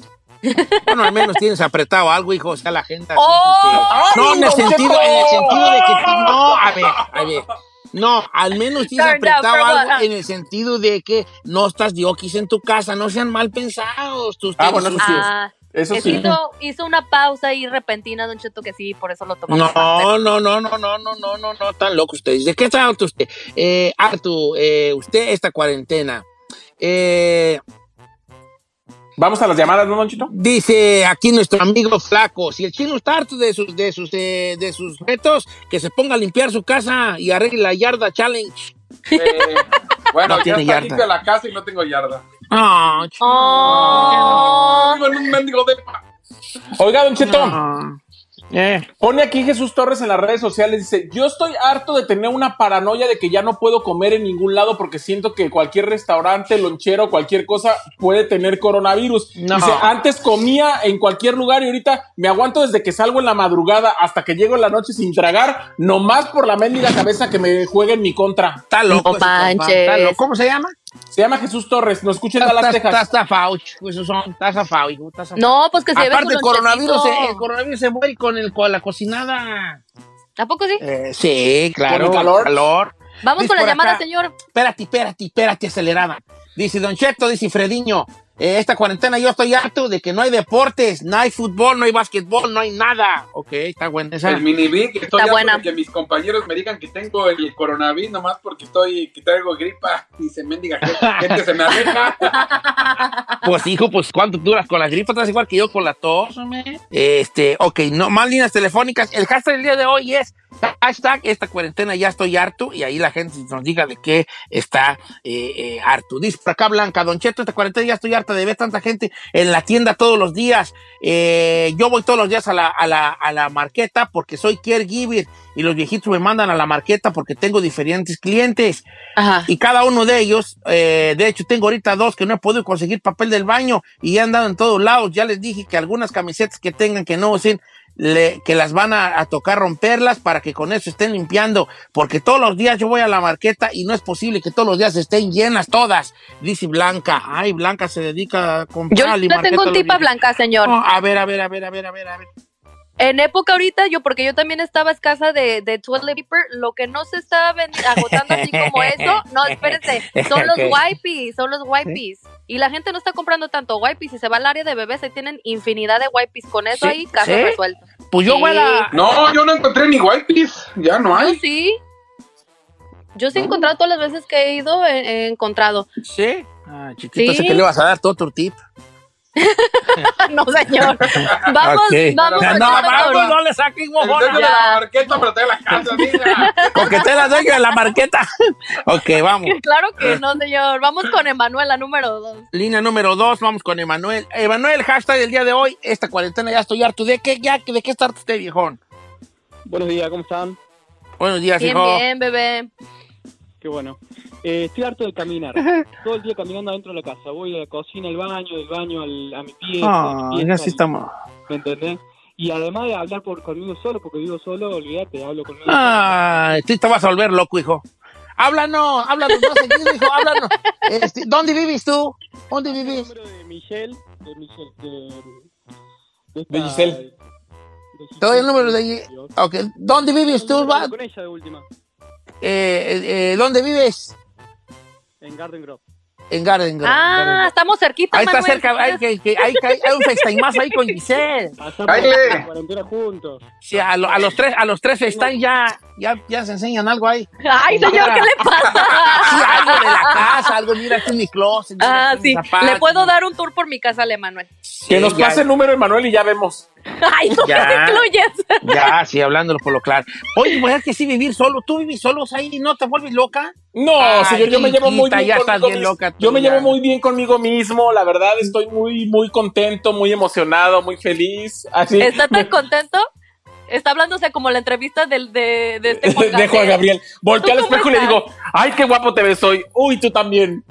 Speaker 4: Bueno, al menos tienes apretado algo, hijo, o sea, la agenda.
Speaker 5: ¡Oh!
Speaker 4: siempre te- No, en el
Speaker 5: ¡Ay, don
Speaker 4: sentido, en el
Speaker 5: Cheto!
Speaker 4: sentido de que tú- no, a ver, a ver. No, al menos tienes
Speaker 5: Turned down
Speaker 4: apretado
Speaker 5: for
Speaker 4: algo
Speaker 5: what?
Speaker 4: en el sentido de que no estás diokis en tu casa, no sean mal pensados. Tú
Speaker 5: Ah, bueno, eso sí es.
Speaker 3: Ah,
Speaker 5: Eso
Speaker 3: es
Speaker 5: sí.
Speaker 3: que Hizo, hizo una pausa ahí repentina, Don Cheto, que sí, por eso lo tomamos.
Speaker 4: No, no, no, no, no, no, no, no, no, tan loco ustedes. ¿De qué está harto usted? Eh, harto, eh, usted esta cuarentena. Eh,
Speaker 5: Vamos a las llamadas, ¿no, Don Chito?
Speaker 4: Dice aquí nuestro amigo Flaco, si el chino está harto de sus, de sus, eh, de, sus retos, que se ponga a limpiar su casa y arregle la yarda challenge.
Speaker 6: Eh, Bueno,
Speaker 4: No
Speaker 6: ya
Speaker 4: tiene
Speaker 6: está
Speaker 4: yarda.
Speaker 6: limpia la casa y no tengo yarda.
Speaker 4: Ah, chino.
Speaker 3: Oh,
Speaker 6: Vivo en un mendigo depa.
Speaker 5: Oiga, Don Cheto.
Speaker 4: Eh.
Speaker 5: Pone aquí Jesús Torres en las redes sociales, dice, yo estoy harto de tener una paranoia de que ya no puedo comer en ningún lado porque siento que cualquier restaurante, lonchero, cualquier cosa puede tener coronavirus. Dice, antes comía en cualquier lugar y ahorita me aguanto desde que salgo en la madrugada hasta que llego en la noche sin tragar, nomás por la mendiga cabeza que me juegue en mi contra.
Speaker 4: Está loco ese compa, está loco. ¿Cómo se llama?
Speaker 5: Se llama Jesús Torres, nos escucha en
Speaker 4: Está-
Speaker 5: Dallas,
Speaker 4: está-
Speaker 5: Texas.
Speaker 4: está- está fauch, pues, eso son, está zafado, hijo, está zafado.
Speaker 3: No, pues que se lleve
Speaker 4: Aparte,
Speaker 3: su
Speaker 4: el coronavirus,
Speaker 3: lonchecito.
Speaker 4: se- el coronavirus se muere con, el, con la cocinada.
Speaker 3: ¿A poco sí?
Speaker 4: Eh, sí, claro.
Speaker 5: Con el calor.
Speaker 3: Vamos
Speaker 4: Dice
Speaker 3: con la
Speaker 4: por
Speaker 3: llamada,
Speaker 4: acá,
Speaker 3: señor.
Speaker 4: Espérate, espérate, espérate, acelerada. Dice Don Cheto, dice Frediño. eh, esta cuarentena yo estoy harto de que no hay deportes, no hay fútbol, no hay básquetbol, no hay nada. Ok, está buena esa.
Speaker 6: El mini big, estoy harto de que mis compañeros me digan que tengo el coronavirus nomás porque estoy, que traigo gripa y se me diga que gente se me aleja.
Speaker 4: Pues hijo, pues cuánto duras con la gripa, estás igual que yo con la tos. hombre? Este, ok, no, más líneas telefónicas. El hashtag del día de hoy es hashtag esta cuarentena ya estoy harto y ahí la gente nos diga de qué está eh, eh, harto. Dice por acá Blanca, Don Cheto, esta cuarentena ya estoy harta de ver tanta gente en la tienda todos los días. Eh, yo voy todos los días a la, a la, a la marqueta porque soy caregiver y los viejitos me mandan a la marqueta porque tengo diferentes clientes. Y cada uno de ellos, eh, de hecho tengo ahorita dos que no he podido conseguir papel del baño y ya han dado en todos lados. Ya les dije que algunas camisetas que tengan que no usen, le- que las van a, a tocar romperlas para que con eso estén limpiando. Porque todos los días yo voy a la marqueta y no es posible que todos los días estén llenas todas. Dice Blanca. Ay, Blanca se dedica a
Speaker 3: Yo
Speaker 4: comprar y
Speaker 3: le tengo
Speaker 4: marqueta
Speaker 3: un
Speaker 4: los
Speaker 3: tip a
Speaker 4: viejitos.
Speaker 3: Blanca, señor.
Speaker 4: No, a ver, a ver, a ver, a ver, a ver, a ver.
Speaker 3: En época ahorita, yo, porque yo también estaba escasa de, de toilet paper, lo que no se está ven- agotando así como eso, no, espérense, son los
Speaker 11: Ok.
Speaker 3: wipes, son los wipes. Y la gente no está comprando tanto wipes, si se va al área de bebés, se tienen infinidad de wipes, con
Speaker 6: ¿Sí?
Speaker 3: eso ahí, caso
Speaker 6: ¿Sí?
Speaker 3: resuelto.
Speaker 4: Pues
Speaker 3: yo voy a la-
Speaker 6: No, yo no encontré ni wipes. Ya no hay.
Speaker 3: Yo sí, yo sí he encontrado todas las veces que he ido, he, he encontrado.
Speaker 4: ¿Sí? Ah, chiquito,
Speaker 3: Sí.
Speaker 4: sé que le vas a dar todo tu tip.
Speaker 3: no, señor. Vamos,
Speaker 4: Ok.
Speaker 3: vamos.
Speaker 4: No,
Speaker 3: a
Speaker 4: no,
Speaker 3: echar otro.
Speaker 4: vamos, no le saquen mojona.
Speaker 6: Entonces, la marqueta, pero tengo la casa, mira.
Speaker 4: Porque te la dueña de la marqueta. ok, vamos.
Speaker 3: Claro que no, señor. Vamos con Emanuela, número dos.
Speaker 4: Línea número dos, vamos con Emanuel. Emanuel, hashtag del día de hoy, esta cuarentena ya estoy harto. ¿De qué, ya, de qué está harto usted, viejón?
Speaker 12: Buenos días, ¿cómo están?
Speaker 4: Buenos días,
Speaker 3: Bien,
Speaker 4: hijo.
Speaker 3: bien, bebé.
Speaker 12: Qué bueno. Eh, estoy harto de caminar. Todo el día caminando adentro de la casa. Voy a la cocina, al baño, del baño al- a mi pie.
Speaker 4: Ah, ya sí estamos.
Speaker 12: ¿Me entendés? Y además de hablar por, conmigo solo, porque vivo solo, olvídate, hablo conmigo.
Speaker 4: Ah, tú te vas a volver loco, hijo. Háblanos, háblanos más seguido, hijo, háblanos. Este, ¿Dónde vives tú? ¿Dónde vives?
Speaker 12: de Michelle, de Michelle, de... De,
Speaker 4: De Giselle. Te doy el número de... Ok, ¿dónde vives tú? va?
Speaker 12: Con ella de última,
Speaker 4: Eh, eh, ¿Dónde vives?
Speaker 12: en Garden Grove.
Speaker 4: En Garden Grove.
Speaker 3: Ah,
Speaker 4: Garden Grove.
Speaker 3: estamos cerquita,
Speaker 4: Ahí está
Speaker 3: Manuel.
Speaker 4: cerca, hay, que, que- hay, hay- hay un FaceTime más ahí con Giselle.
Speaker 12: Pasamos la cuarentena juntos.
Speaker 4: Sí, a, lo- a los tres, a los tres FaceTime ya, ya, ya se enseñan algo ahí.
Speaker 3: Ay, señor, ¿qué le pasa?
Speaker 4: Sí, algo de la casa, algo, mira, este es mi closet.
Speaker 3: Ah, sí. Le puedo dar un tour por mi casa, a Manuel.
Speaker 5: que nos pase el número, Emanuel, y ya vemos.
Speaker 3: Ay, no
Speaker 4: Ya.
Speaker 3: me incluyes.
Speaker 4: Ya, sí, hablándolo por lo claro. Oye, mujer, que sí vivir solo. ¿Tú vivís solos ahí y no te vuelves loca?
Speaker 5: No,
Speaker 4: Ay,
Speaker 5: señor, yo me llevo muy
Speaker 4: chiquita,
Speaker 5: bien
Speaker 4: ya
Speaker 5: conmigo
Speaker 4: estás bien
Speaker 5: mismo.
Speaker 4: loca tú,
Speaker 5: Yo me
Speaker 4: ya.
Speaker 5: llevo muy bien conmigo mismo, la verdad estoy muy muy contento, muy emocionado, muy feliz. Así
Speaker 3: ¿Está tan contento? Está hablándose como la entrevista del, de, de este Juan
Speaker 5: de Juan Gabriel. Volteo al
Speaker 3: ¿Tú cómo
Speaker 5: espejo y le
Speaker 3: estás?
Speaker 5: digo, "Ay, qué guapo te ves hoy." Uy, tú también.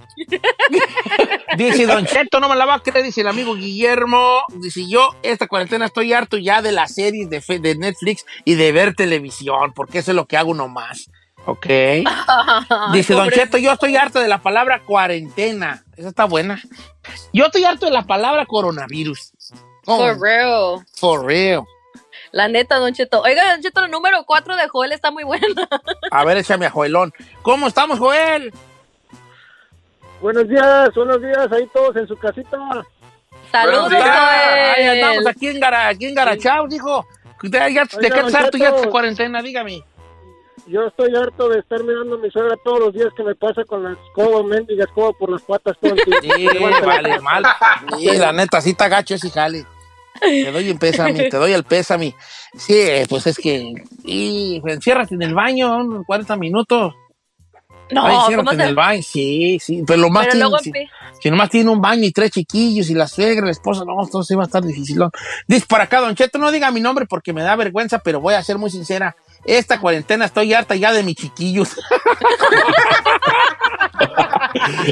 Speaker 4: Dice Don Cheto, no me la va a creer, dice el amigo Guillermo. Dice yo, esta cuarentena estoy harto ya de las series de, fe- de Netflix y de ver televisión, porque eso es lo que hago nomás. Ok. Dice Don
Speaker 3: Pobrecito.
Speaker 4: Cheto, yo estoy harto de la palabra cuarentena. Esa está buena. Yo estoy harto de la palabra coronavirus. Oh,
Speaker 3: For real.
Speaker 4: for real.
Speaker 3: La neta, Don Cheto. Oiga, Don Cheto, el número 4 de Joel está muy buena.
Speaker 4: A ver, échame a Joelón. ¿Cómo estamos, Joel?
Speaker 7: Buenos días, buenos días, ahí todos en su casita.
Speaker 3: Saludos,
Speaker 4: Buenos días.
Speaker 3: Joel.
Speaker 4: Ahí andamos aquí en, Gara, aquí en Garachao, dijo. ¿De, ya- de
Speaker 7: Oiga,
Speaker 4: qué
Speaker 7: don
Speaker 4: estás harto ya
Speaker 7: Cheto.
Speaker 4: esta cuarentena? Dígame.
Speaker 7: Yo estoy harto de estar mirando a mi suegra todos los días que me pasa con la escoba, mendiga escoba por las patas todo el tiempo.
Speaker 4: Sí, vale, mal. Sí, la neta, sí está gacho ese jale. Te doy el pésame, te doy el pésame. Sí, eh, pues es que... Y pues, enciérrate en el baño unos 40 minutos.
Speaker 3: No,
Speaker 4: Ay, enciérrate
Speaker 3: ¿cómo
Speaker 4: Ah, en
Speaker 3: se-
Speaker 4: el baño, sí, sí. Pero lo más
Speaker 3: Pero
Speaker 4: tiene-
Speaker 3: luego
Speaker 4: sí.
Speaker 3: empie-
Speaker 4: Si nomás tiene un baño y tres chiquillos y la suegra, la esposa, no, esto sí va a estar difícil. Dice para acá, Don Cheto, no diga mi nombre porque me da vergüenza, pero voy a ser muy sincera. Esta cuarentena estoy harta ya de mis chiquillos.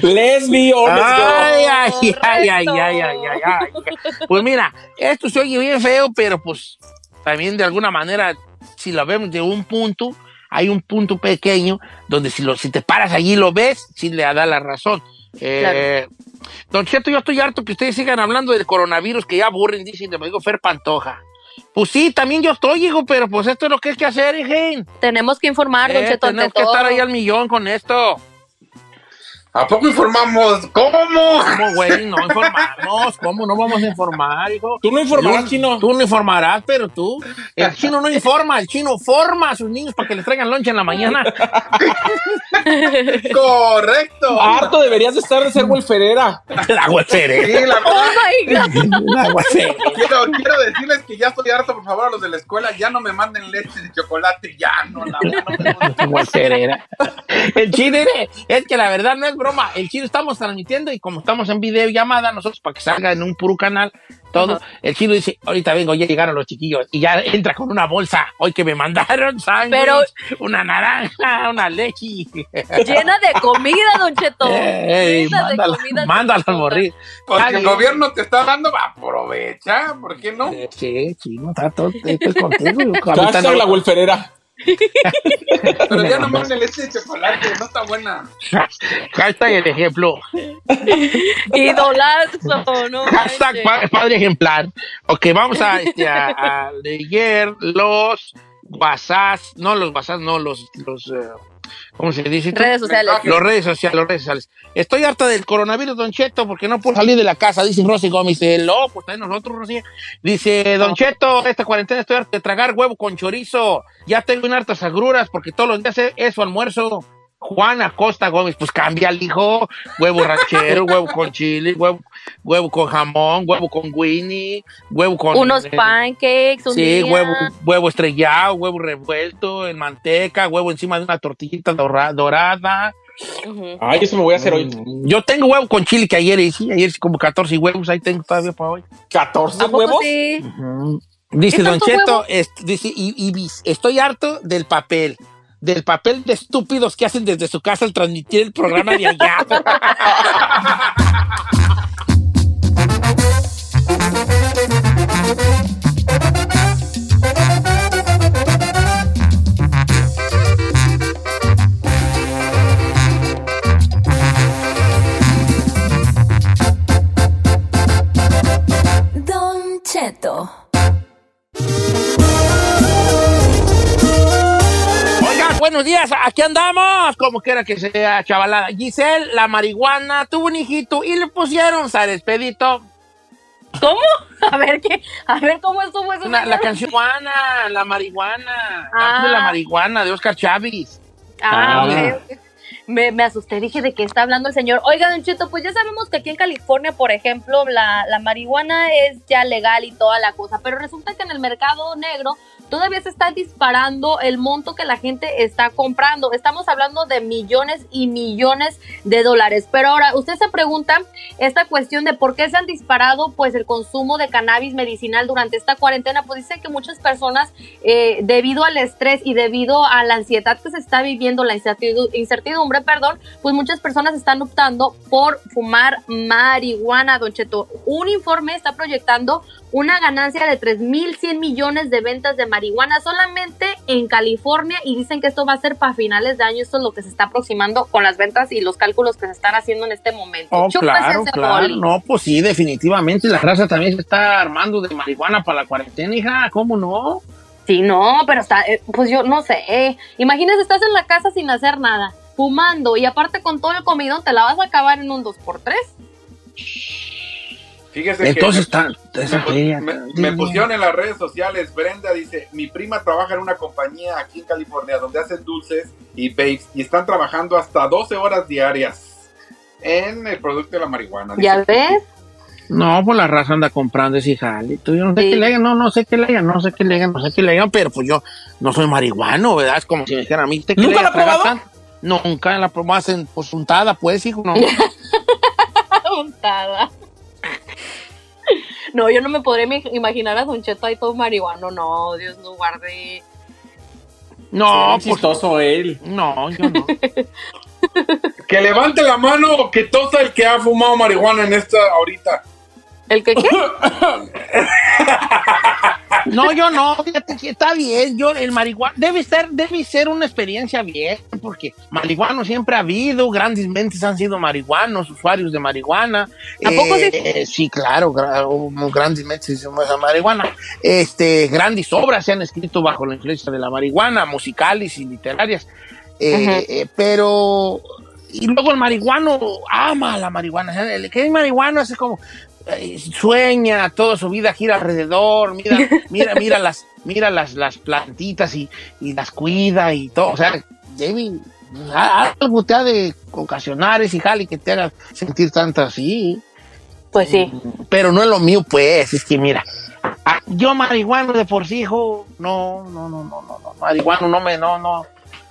Speaker 5: Lesbi,
Speaker 6: Oh,
Speaker 5: hombre.
Speaker 4: Ay, ay,
Speaker 3: Oh,
Speaker 4: ay, ay, ay, ay, ay, ay, ay. Pues mira, esto se oye bien feo, pero pues también de alguna manera, si lo vemos de un punto, hay un punto pequeño donde si, lo, si te paras allí y lo ves, sí le da la razón. Eh, Don Cheto, yo estoy harto que ustedes sigan hablando del coronavirus, que ya aburren, dicen, me digo Fer Pantoja. Pues sí, también yo estoy, hijo, pero pues esto es lo que hay que hacer, hijín.
Speaker 3: Tenemos que informar, Ah, Don
Speaker 4: Eh,
Speaker 3: Cheto, ante
Speaker 4: Tenemos que
Speaker 3: todo.
Speaker 4: estar ahí al millón con esto.
Speaker 6: ¿A poco informamos? ¿Cómo?
Speaker 4: ¿Cómo, güey? No informamos. ¿Cómo no vamos a informar, hijo?
Speaker 5: Tú no informarás,
Speaker 4: Yo-
Speaker 5: chino.
Speaker 4: Tú no informarás, pero tú. El chino no informa. El chino forma a sus niños para que les traigan lonche en la mañana.
Speaker 6: Correcto.
Speaker 5: Harto deberías de estar de ser Ferera.
Speaker 4: La hueferera.
Speaker 6: Sí, la-
Speaker 3: Oh my God.
Speaker 4: La hueferera.
Speaker 6: Quiero, quiero decirles que ya estoy harto, por favor, a los de la escuela, ya no me manden leche de chocolate, ya no la
Speaker 4: La hueferera. El chino mire, es que la verdad no es broma. El chino estamos transmitiendo y como estamos en videollamada, nosotros para que salga en un puro canal, todo. El chino dice, ahorita vengo, ya llegaron los chiquillos. Y ya entra con una bolsa. Hoy que me mandaron sangre,
Speaker 3: Pero-
Speaker 4: una naranja, una leche.
Speaker 3: Llena de comida, Don Cheto.
Speaker 4: Ey,
Speaker 3: Llena de
Speaker 4: mándala,
Speaker 3: comida.
Speaker 4: mándala al morrir.
Speaker 6: Porque
Speaker 4: Ay.
Speaker 6: el gobierno te está dando, aprovecha, ¿por qué no?
Speaker 4: Eh, Sí, chino, está todo. Esto es contigo. loco. A mí está
Speaker 5: Hashtag
Speaker 4: no-
Speaker 5: la Wolferera.
Speaker 6: Pero ya no manden leche de chocolate, no está buena.
Speaker 4: Hashtag el ejemplo.
Speaker 3: Idolazo, no. manches.
Speaker 4: Hashtag pa- padre ejemplar. Ok, vamos a, este, a- a leer los WhatsApp. No, los WhatsApp, no, los. los eh, ¿Cómo se dice? tú?
Speaker 3: Redes sociales.
Speaker 4: Los redes sociales, los redes sociales. Estoy harta del coronavirus, Don Cheto, porque no puedo salir de la casa, dice Rosy Gómez. Hello, pues también nosotros, Rosy. Dice, Don Cheto, esta cuarentena estoy harta de tragar huevo con chorizo. Ya tengo en hartas agruras porque todos los días es- es su almuerzo. Juan Acosta Gómez, pues cambia el hijo, huevo ranchero, huevo con chile, huevo, huevo con jamón, huevo con Winnie, huevo con...
Speaker 3: Unos
Speaker 4: eh,
Speaker 3: pancakes, un
Speaker 4: Sí,
Speaker 3: día.
Speaker 4: huevo, huevo estrellado, huevo revuelto, en manteca, huevo encima de una tortillita dorra- dorada.
Speaker 3: Ujú.
Speaker 5: Ay, eso me voy a hacer hoy.
Speaker 4: Yo tengo huevo con chile que ayer hice, ayer hice como 14 huevos, ahí tengo todavía para hoy.
Speaker 5: ¿14
Speaker 3: ¿A poco
Speaker 5: huevos?
Speaker 3: sí?
Speaker 4: Dice
Speaker 3: ¿Qué
Speaker 4: Don
Speaker 3: tanto
Speaker 4: Cheto,
Speaker 3: huevo?
Speaker 4: est- dice, y, y bis- estoy harto del papel, del papel de estúpidos que hacen desde su casa al transmitir el programa de allá.
Speaker 10: Don Cheto.
Speaker 4: Oiga, buenos días, aquí andamos, como quiera que sea, chavalada. Giselle, la marihuana, tuvo un hijito y le pusieron Sarespedito.
Speaker 3: ¿Cómo? A ver qué, a ver cómo estuvo eso.
Speaker 4: Una- la
Speaker 3: señor?
Speaker 4: canción Marihuana, la marihuana,
Speaker 3: Ah.
Speaker 4: de la marihuana de Oscar Chávez.
Speaker 3: Ah,
Speaker 5: Ah.
Speaker 3: ok, ok. Me, me asusté, dije de qué está hablando el señor. Oiga, Don Cheto, pues ya sabemos que aquí en California, por ejemplo, la, la marihuana es ya legal y toda la cosa, pero resulta que en el mercado negro todavía se está disparando el monto que la gente está comprando. Estamos hablando de millones y millones de dólares. Pero ahora, usted se pregunta esta cuestión de por qué se han disparado pues el consumo de cannabis medicinal durante esta cuarentena. Pues dice que muchas personas eh, debido al estrés y debido a la ansiedad que se está viviendo, la incertidu- incertidumbre, perdón, pues muchas personas están optando por fumar marihuana, Don Cheto. Un informe está proyectando una ganancia de 3.100 millones de ventas de marihuana solamente en California y dicen que esto va a ser para finales de año. Esto es lo que se está aproximando con las ventas y los cálculos que se están haciendo en este momento.
Speaker 4: Oh,
Speaker 3: Chúpese
Speaker 4: claro,
Speaker 3: ese
Speaker 4: claro.
Speaker 3: boli.
Speaker 4: No, pues sí, definitivamente. La raza también se está armando de marihuana para la cuarentena, hija. ¿Cómo no?
Speaker 3: Sí, no, pero está, eh, pues yo no sé. eh. Imagínese, estás en la casa sin hacer nada, fumando, y aparte con todo el comidón te la vas a acabar en un 2x3.
Speaker 6: Fíjese
Speaker 4: Entonces
Speaker 6: que
Speaker 4: está. esa
Speaker 6: me,
Speaker 4: feria,
Speaker 6: me- me pusieron en las redes sociales, Brenda dice, mi prima trabaja en una compañía aquí en California donde hacen dulces y babes y están trabajando hasta 12 horas diarias en el producto de la marihuana.
Speaker 3: ¿Ya
Speaker 6: Dice,
Speaker 3: ves?
Speaker 4: No, pues la raza anda comprando ese jale. Tú, Yo no sé
Speaker 3: Sí.
Speaker 4: qué le hagan, no, no sé qué le hagan, no sé qué le hagan, no sé qué le hagan, pero pues yo no soy marihuano, ¿verdad? Es como si me dijeran a mí. ¿usted qué
Speaker 5: ¿Nunca
Speaker 4: le
Speaker 5: la ha
Speaker 4: traga
Speaker 5: probado?
Speaker 4: tanto? Nunca la probó, hacen pues untada, pues, hijo, no.
Speaker 3: Untada. No, yo no me podré mi- imaginar a Don Cheto ahí todo marihuano. No, Dios no guarde.
Speaker 4: No, pues,
Speaker 5: Qué chistoso él.
Speaker 4: no, yo no.
Speaker 6: Que levante la mano o que tosa el que ha fumado marihuana en esta ahorita.
Speaker 3: ¿El que qué?
Speaker 4: No, yo no, fíjate que está bien, yo el marihuana debe ser, debe ser una experiencia bien, porque marihuano siempre ha habido, grandes mentes han sido marihuanos, usuarios de marihuana.
Speaker 3: ¿A poco sí?
Speaker 4: Eh, sí, claro, gra- hubo grandes mentes se usan marihuana. Este, grandes obras se han escrito bajo la influencia de la marihuana, musicales y literarias. Eh,
Speaker 3: Ajá.
Speaker 4: eh, pero Y luego el marihuano ama la marihuana. El que es marihuano es como eh, sueña, toda su vida gira alrededor, mira, mira, mira las, mira las, las plantitas y, y las cuida y todo. O sea, David, a- algo te ha de ocasionar ese jali que te haga sentir tanto así.
Speaker 3: Pues sí.
Speaker 4: Pero no es lo mío, pues, es que mira, ah, yo marihuano de por sí, hijo, no, no, no, no, no, no, marihuano no me, no, no.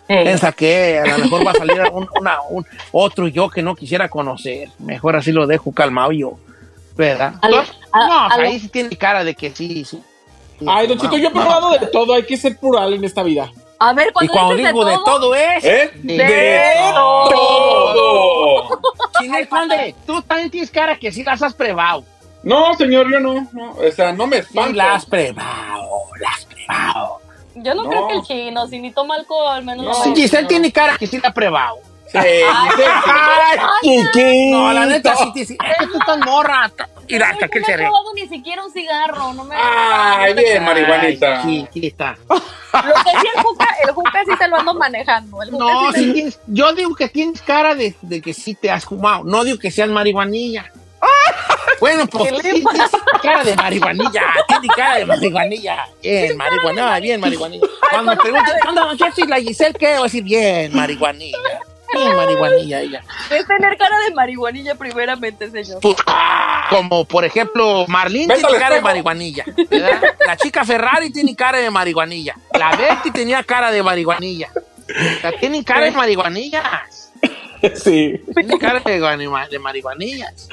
Speaker 3: Eh.
Speaker 4: Piensa que a lo mejor va a salir un, una- un- otro yo que no quisiera conocer. Mejor así lo dejo calmado yo, ¿verdad? no,
Speaker 5: a lo-
Speaker 4: ahí sí tiene cara de que sí, sí.
Speaker 5: Ay, Don Cheto, yo he probado de todo. Hay que ser plural en esta vida.
Speaker 3: A ver,
Speaker 5: cuando Y cuando dices de digo de todo- todo es-
Speaker 4: ¿Eh?
Speaker 5: de todo.
Speaker 4: Chinel Conde, tú también tienes cara que sí las has probado.
Speaker 6: No, señor, yo no. no. O sea, no me espanto.
Speaker 4: las probado, las probado.
Speaker 3: Yo no,
Speaker 4: No.
Speaker 3: creo que el chino, si ni toma alcohol, al menos no.
Speaker 4: Sí, Giselle tiene cara que sí la ha probado.
Speaker 6: Sí,
Speaker 4: Ay,
Speaker 3: chiquito.
Speaker 4: No, la neta sí, sí, sí. Es que tú estás morra. t- Mira, hasta que
Speaker 3: No he
Speaker 4: se ríe.
Speaker 3: probado ni siquiera un cigarro, no me.
Speaker 6: Ay, bien, marihuanita.
Speaker 4: Ay, chiquita.
Speaker 3: Lo que sí, el Juca, el Juca sí se lo ando manejando. El Juca
Speaker 4: No,
Speaker 3: sí
Speaker 4: sí
Speaker 3: se-
Speaker 4: tienes- yo digo que tienes cara de, de que sí te has fumado. No digo que seas marihuanilla. Bueno, pues
Speaker 3: ¿Qué le
Speaker 4: sí
Speaker 3: pasa?
Speaker 4: tienes cara de marihuanilla. Tiene cara de marihuanilla. Bien, marihuanilla, bien, marihuanilla. Cuando me pregunten, ¿cuándo don Cheto y la Giselle qué? Voy a decir, bien, marihuanilla. Bien, marihuanilla ella.
Speaker 3: Debe tener cara de marihuanilla primeramente, señor.
Speaker 4: Pues, como por ejemplo, Marlene
Speaker 3: Vete
Speaker 4: tiene
Speaker 3: Ah. al
Speaker 4: cara de
Speaker 3: espejo.
Speaker 4: marihuanilla. ¿verdad? La chica Ferrari tiene cara de marihuanilla. La Betty tenía cara de marihuanilla. O sea, tienen cara de marihuanillas.
Speaker 5: Sí.
Speaker 4: Tienen cara de, guanima- de marihuanillas.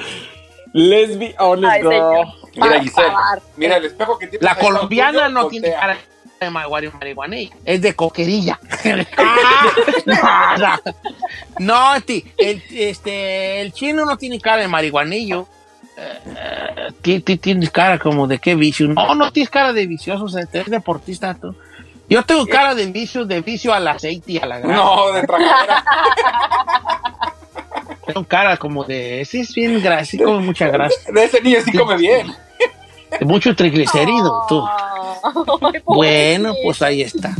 Speaker 5: Let's be honest,
Speaker 4: Ay,
Speaker 5: girl.
Speaker 4: señor. Para acabar.
Speaker 6: Mira el espejo que tiene.
Speaker 4: La colombiana no tiene cara de marihuana- marihuanilla. Es de coquerilla. Ah, no, no, ti- el, este, el chino no tiene cara de marihuanillo. Eh, Ti- ti- Tienes cara como de qué vicio. No, no tienes cara de vicioso, o sea, eres deportista tú. Yo tengo cara de vicio, de vicio al aceite y a la grasa.
Speaker 6: No, de trajadera.
Speaker 4: Tengo cara como de, ese es bien grasa, sí come mucha grasa.
Speaker 6: De ese niño sí come bien.
Speaker 4: De mucho triglicérido, tú.
Speaker 3: Ah. Ay,
Speaker 4: Bueno, pues ahí está.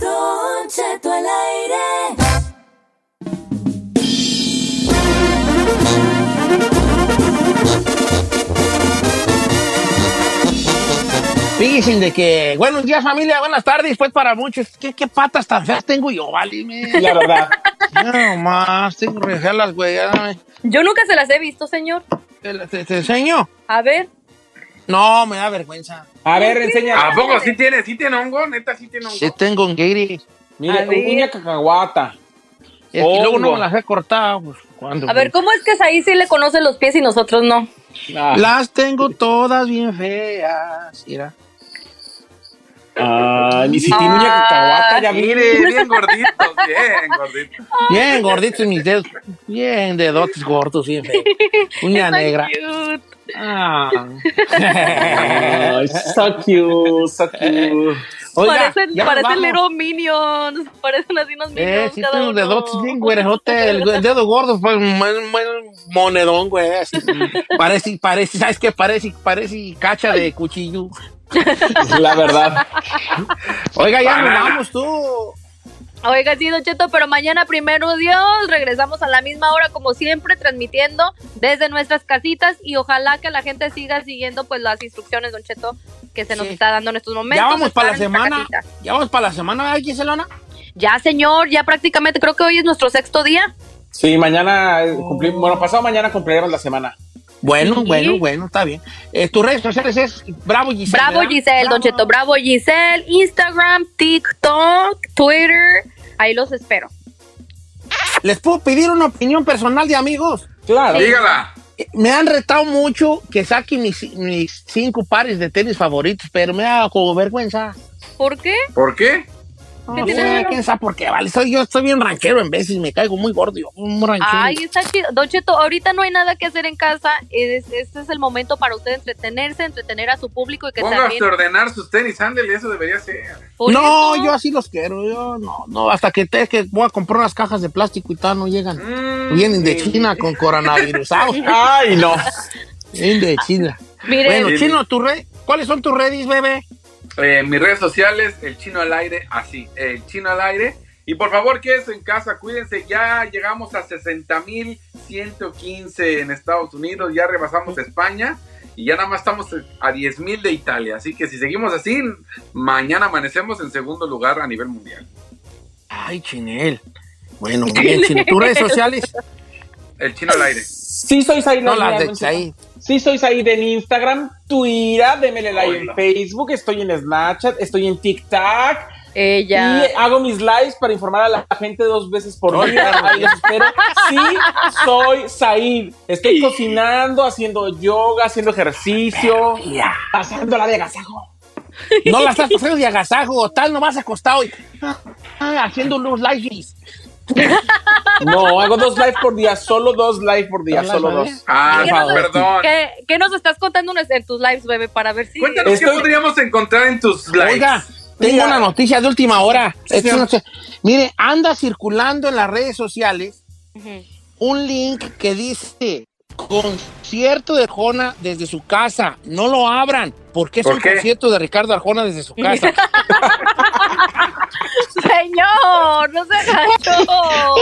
Speaker 10: Don Cheto al aire.
Speaker 4: Fíjense de que, buenos días familia, buenas tardes, pues para muchos, ¿qué, qué patas tan feas tengo yo, válime.
Speaker 5: La verdad.
Speaker 4: No más, tengo que las güey, ya dame.
Speaker 3: Yo nunca se las he visto, señor.
Speaker 4: ¿Te, te enseño?
Speaker 3: A ver.
Speaker 4: No, me da vergüenza.
Speaker 5: A ver, enseña.
Speaker 6: ¿A poco sí tiene? ¿Sí tiene hongo? Neta, sí tiene hongo.
Speaker 4: Sí tengo un guiri.
Speaker 5: Mira,
Speaker 3: A ver.
Speaker 5: una cacahuata.
Speaker 4: Y luego no
Speaker 5: Hongo.
Speaker 4: me las he cortado, pues, ¿cuándo?
Speaker 3: A ver, ¿cómo es que ahí sí le conocen los pies y nosotros no?
Speaker 4: Las tengo todas bien feas, mira.
Speaker 5: Ah, ni si
Speaker 4: tiene una cacahuata, ya
Speaker 6: Mire, bien gorditos, bien gorditos.
Speaker 4: Bien gorditos mis dedos, bien dedotes gordos, bien feos. Uña negra. Ah.
Speaker 5: Ay, so cute, so cute.
Speaker 3: parecen
Speaker 4: ya nos
Speaker 3: parecen
Speaker 4: vamos.
Speaker 3: Little Minions. Parecen así unos
Speaker 4: Eh,
Speaker 3: Minions
Speaker 4: sí,
Speaker 3: cada
Speaker 4: tengo
Speaker 3: uno.
Speaker 4: dedotes bien güerejote. El, el dedo gordo fue un buen- buen monedón, güey. así. Parece, parece, ¿sabes qué? Parece, parece cacha de cuchillo.
Speaker 5: La verdad.
Speaker 4: Oiga, ya nos
Speaker 5: Banana.
Speaker 4: vamos tú.
Speaker 3: Oiga, sí, Don Cheto, pero mañana primero Dios, regresamos a la misma hora como siempre, transmitiendo desde nuestras casitas y ojalá que la gente siga siguiendo pues las instrucciones, Don Cheto, que se nos
Speaker 4: Sí.
Speaker 3: está dando en estos momentos.
Speaker 4: Ya vamos
Speaker 3: estar
Speaker 4: para la
Speaker 3: en nuestra
Speaker 4: semana.
Speaker 3: casita.
Speaker 4: Ya vamos para la semana, ¿eh, Giselona?
Speaker 3: Ya, señor, ya prácticamente creo que hoy es nuestro sexto día.
Speaker 5: Sí, mañana cumplimos, bueno, pasado mañana cumpliremos la semana.
Speaker 4: Bueno,
Speaker 3: Sí.
Speaker 4: bueno, bueno, está bien. Eh, tus redes sociales es Bravo Giselle.
Speaker 3: Bravo
Speaker 4: ¿verdad?
Speaker 3: Giselle, Don Cheto, bravo Giselle, Instagram, TikTok, Twitter, ahí los espero.
Speaker 4: ¿Les puedo pedir una opinión personal de amigos?
Speaker 5: Claro.
Speaker 3: Sí.
Speaker 6: Dígala.
Speaker 4: Eh, Me han retado mucho que saque mis, mis cinco pares de tenis favoritos, pero me da como vergüenza.
Speaker 3: ¿Por qué?
Speaker 6: ¿Por qué?
Speaker 3: ¿Qué
Speaker 4: No
Speaker 3: tiene
Speaker 4: sé,
Speaker 3: de malo?
Speaker 4: Eh, quién sabe por qué, vale. Soy, yo estoy bien ranchero en veces, me caigo muy gordo, yo, muy ranchero.
Speaker 3: Ay, está chido. Don Cheto, ahorita no hay nada que hacer en casa. Es- este es el momento para usted entretenerse, entretener a su público y que
Speaker 6: Póngase
Speaker 3: también.
Speaker 6: a ordenar sus tenis, ándale, eso debería ser.
Speaker 4: no, yo así los quiero, yo no, no, hasta que te que voy a comprar unas cajas de plástico y tal, no llegan.
Speaker 3: Mm,
Speaker 6: Mm,
Speaker 4: Vienen de China con coronavirus.
Speaker 5: Ay, no.
Speaker 4: Vienen de China.
Speaker 6: Mire.
Speaker 4: Bueno, Chino, tu red, ¿cuáles son tus redes, bebé?
Speaker 6: Eh, mis redes sociales, el chino al aire, así, el chino al aire. Y por favor, quédense en casa, cuídense, ya llegamos a 60.115 en Estados Unidos, ya rebasamos España y ya nada más estamos a 10.000 de Italia. Así que si seguimos así, mañana amanecemos en segundo lugar a nivel mundial.
Speaker 4: Ay, Chinel. Bueno, muy bien, Chino. ¿Tus redes sociales?
Speaker 6: El chino al aire.
Speaker 5: Sí, soy Zaid.
Speaker 4: No,
Speaker 5: mira,
Speaker 4: las de
Speaker 5: Don Cheto.
Speaker 4: Zaid.
Speaker 5: Sí, soy Zaid en Instagram, Twitter, démele like en Facebook, estoy en Snapchat, estoy en TikTok.
Speaker 3: Ella.
Speaker 5: Y hago mis lives para informar a la gente dos veces por
Speaker 4: Ay,
Speaker 5: día.
Speaker 4: claro.
Speaker 5: Ahí los espero. Sí, soy Said. Estoy cocinando, haciendo yoga, haciendo ejercicio,
Speaker 4: Mira.
Speaker 5: pasándola de agasajo.
Speaker 4: No las estás pasando de agasajo, tal, no vas acostado y ah, ah, haciendo unos lives.
Speaker 5: No, hago dos lives por día, solo dos lives por día,
Speaker 4: Hola,
Speaker 5: solo
Speaker 4: madre.
Speaker 5: dos.
Speaker 6: Ah,
Speaker 5: Por favor.
Speaker 6: perdón.
Speaker 3: ¿Qué, qué nos estás contando en- en tus lives, bebé? Para ver si.
Speaker 6: Cuéntanos qué podríamos encontrar en tus likes.
Speaker 4: Oiga, tengo
Speaker 6: Diga.
Speaker 4: una noticia de última hora. Esta
Speaker 6: señor.
Speaker 4: noche- Mire, anda circulando en las redes sociales un link que dice concierto de Arjona desde su casa. No lo abran, porque es
Speaker 6: ¿Por
Speaker 4: un
Speaker 6: qué?
Speaker 4: concierto de Ricardo Arjona desde su casa.
Speaker 3: Señor, no se gacho.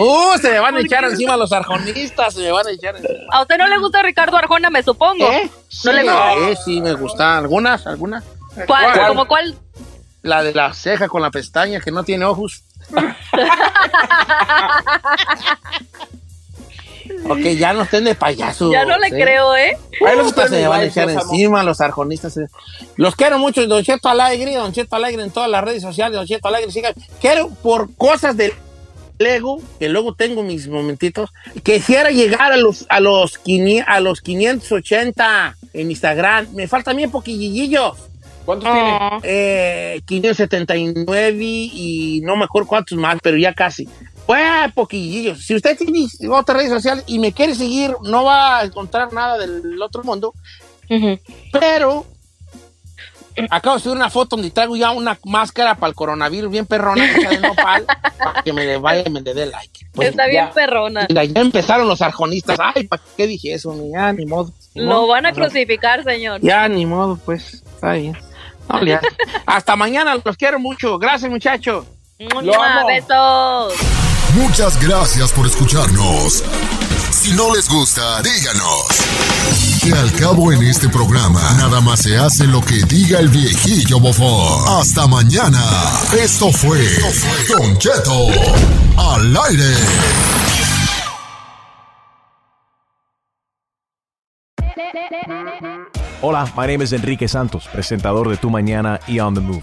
Speaker 4: ¡Uh! Se me van a echar encima los arjonistas, se me van a echar encima.
Speaker 3: A usted no le gusta Ricardo Arjona, me supongo.
Speaker 4: ¿Eh?
Speaker 3: ¿Eh? No le
Speaker 4: Sí,
Speaker 3: gusta.
Speaker 4: eh, sí, me gustan. Algunas, algunas.
Speaker 3: ¿Cuál?
Speaker 6: ¿Cuál?
Speaker 3: ¿Cómo cuál?
Speaker 4: La de la ceja con la pestaña que no tiene ojos. ok, ya no estén de payaso.
Speaker 3: Ya no le creo, ¿eh?
Speaker 5: Ahí los espero
Speaker 4: Puta, se
Speaker 5: en
Speaker 4: me
Speaker 5: mis
Speaker 4: van a
Speaker 5: lives,
Speaker 4: echar
Speaker 5: los amo.
Speaker 4: encima los arjonistas. eh. Los quiero mucho, Don Cheto Alegre, Don Cheto Alegre en todas las redes sociales, Don Cheto Alegre, sigan. Quiero, por cosas del ego, que luego tengo mis momentitos, quisiera llegar a los, a los, quini- a los 580 en Instagram. Me faltan bien poquillillos.
Speaker 5: ¿Cuántos
Speaker 13: Oh.
Speaker 5: tiene?
Speaker 4: Eh, 579 y no me acuerdo cuántos más, pero ya casi. Pues poquillillos. Si usted tiene otra red social y me quiere seguir, no va a encontrar nada del otro mundo. Pero acabo de subir una foto donde traigo ya una máscara para el coronavirus bien perrona hecha de nopal, para que me le vaya y me le dé like. Pues,
Speaker 3: Está bien
Speaker 4: ya.
Speaker 3: perrona.
Speaker 4: Mira, ya empezaron los arjonistas. Ay, ¿para qué dije eso? Ni- Ya, ni modo. Ni
Speaker 3: Lo
Speaker 4: modo.
Speaker 3: van a
Speaker 4: Ajá.
Speaker 3: crucificar, señor.
Speaker 4: Ya, ni modo, pues. Está bien. No le hace. Hasta mañana, los quiero mucho. Gracias, muchachos.
Speaker 5: Lo amo.
Speaker 3: Besos.
Speaker 11: Muchas gracias por escucharnos. Si no les gusta, díganos. Que al cabo en este programa, nada más se hace lo que diga el viejillo bofón. Hasta mañana. Esto fue Don Cheto al aire.
Speaker 13: Hola, my name is Enrique Santos, presentador de Tu Mañana y On the Move.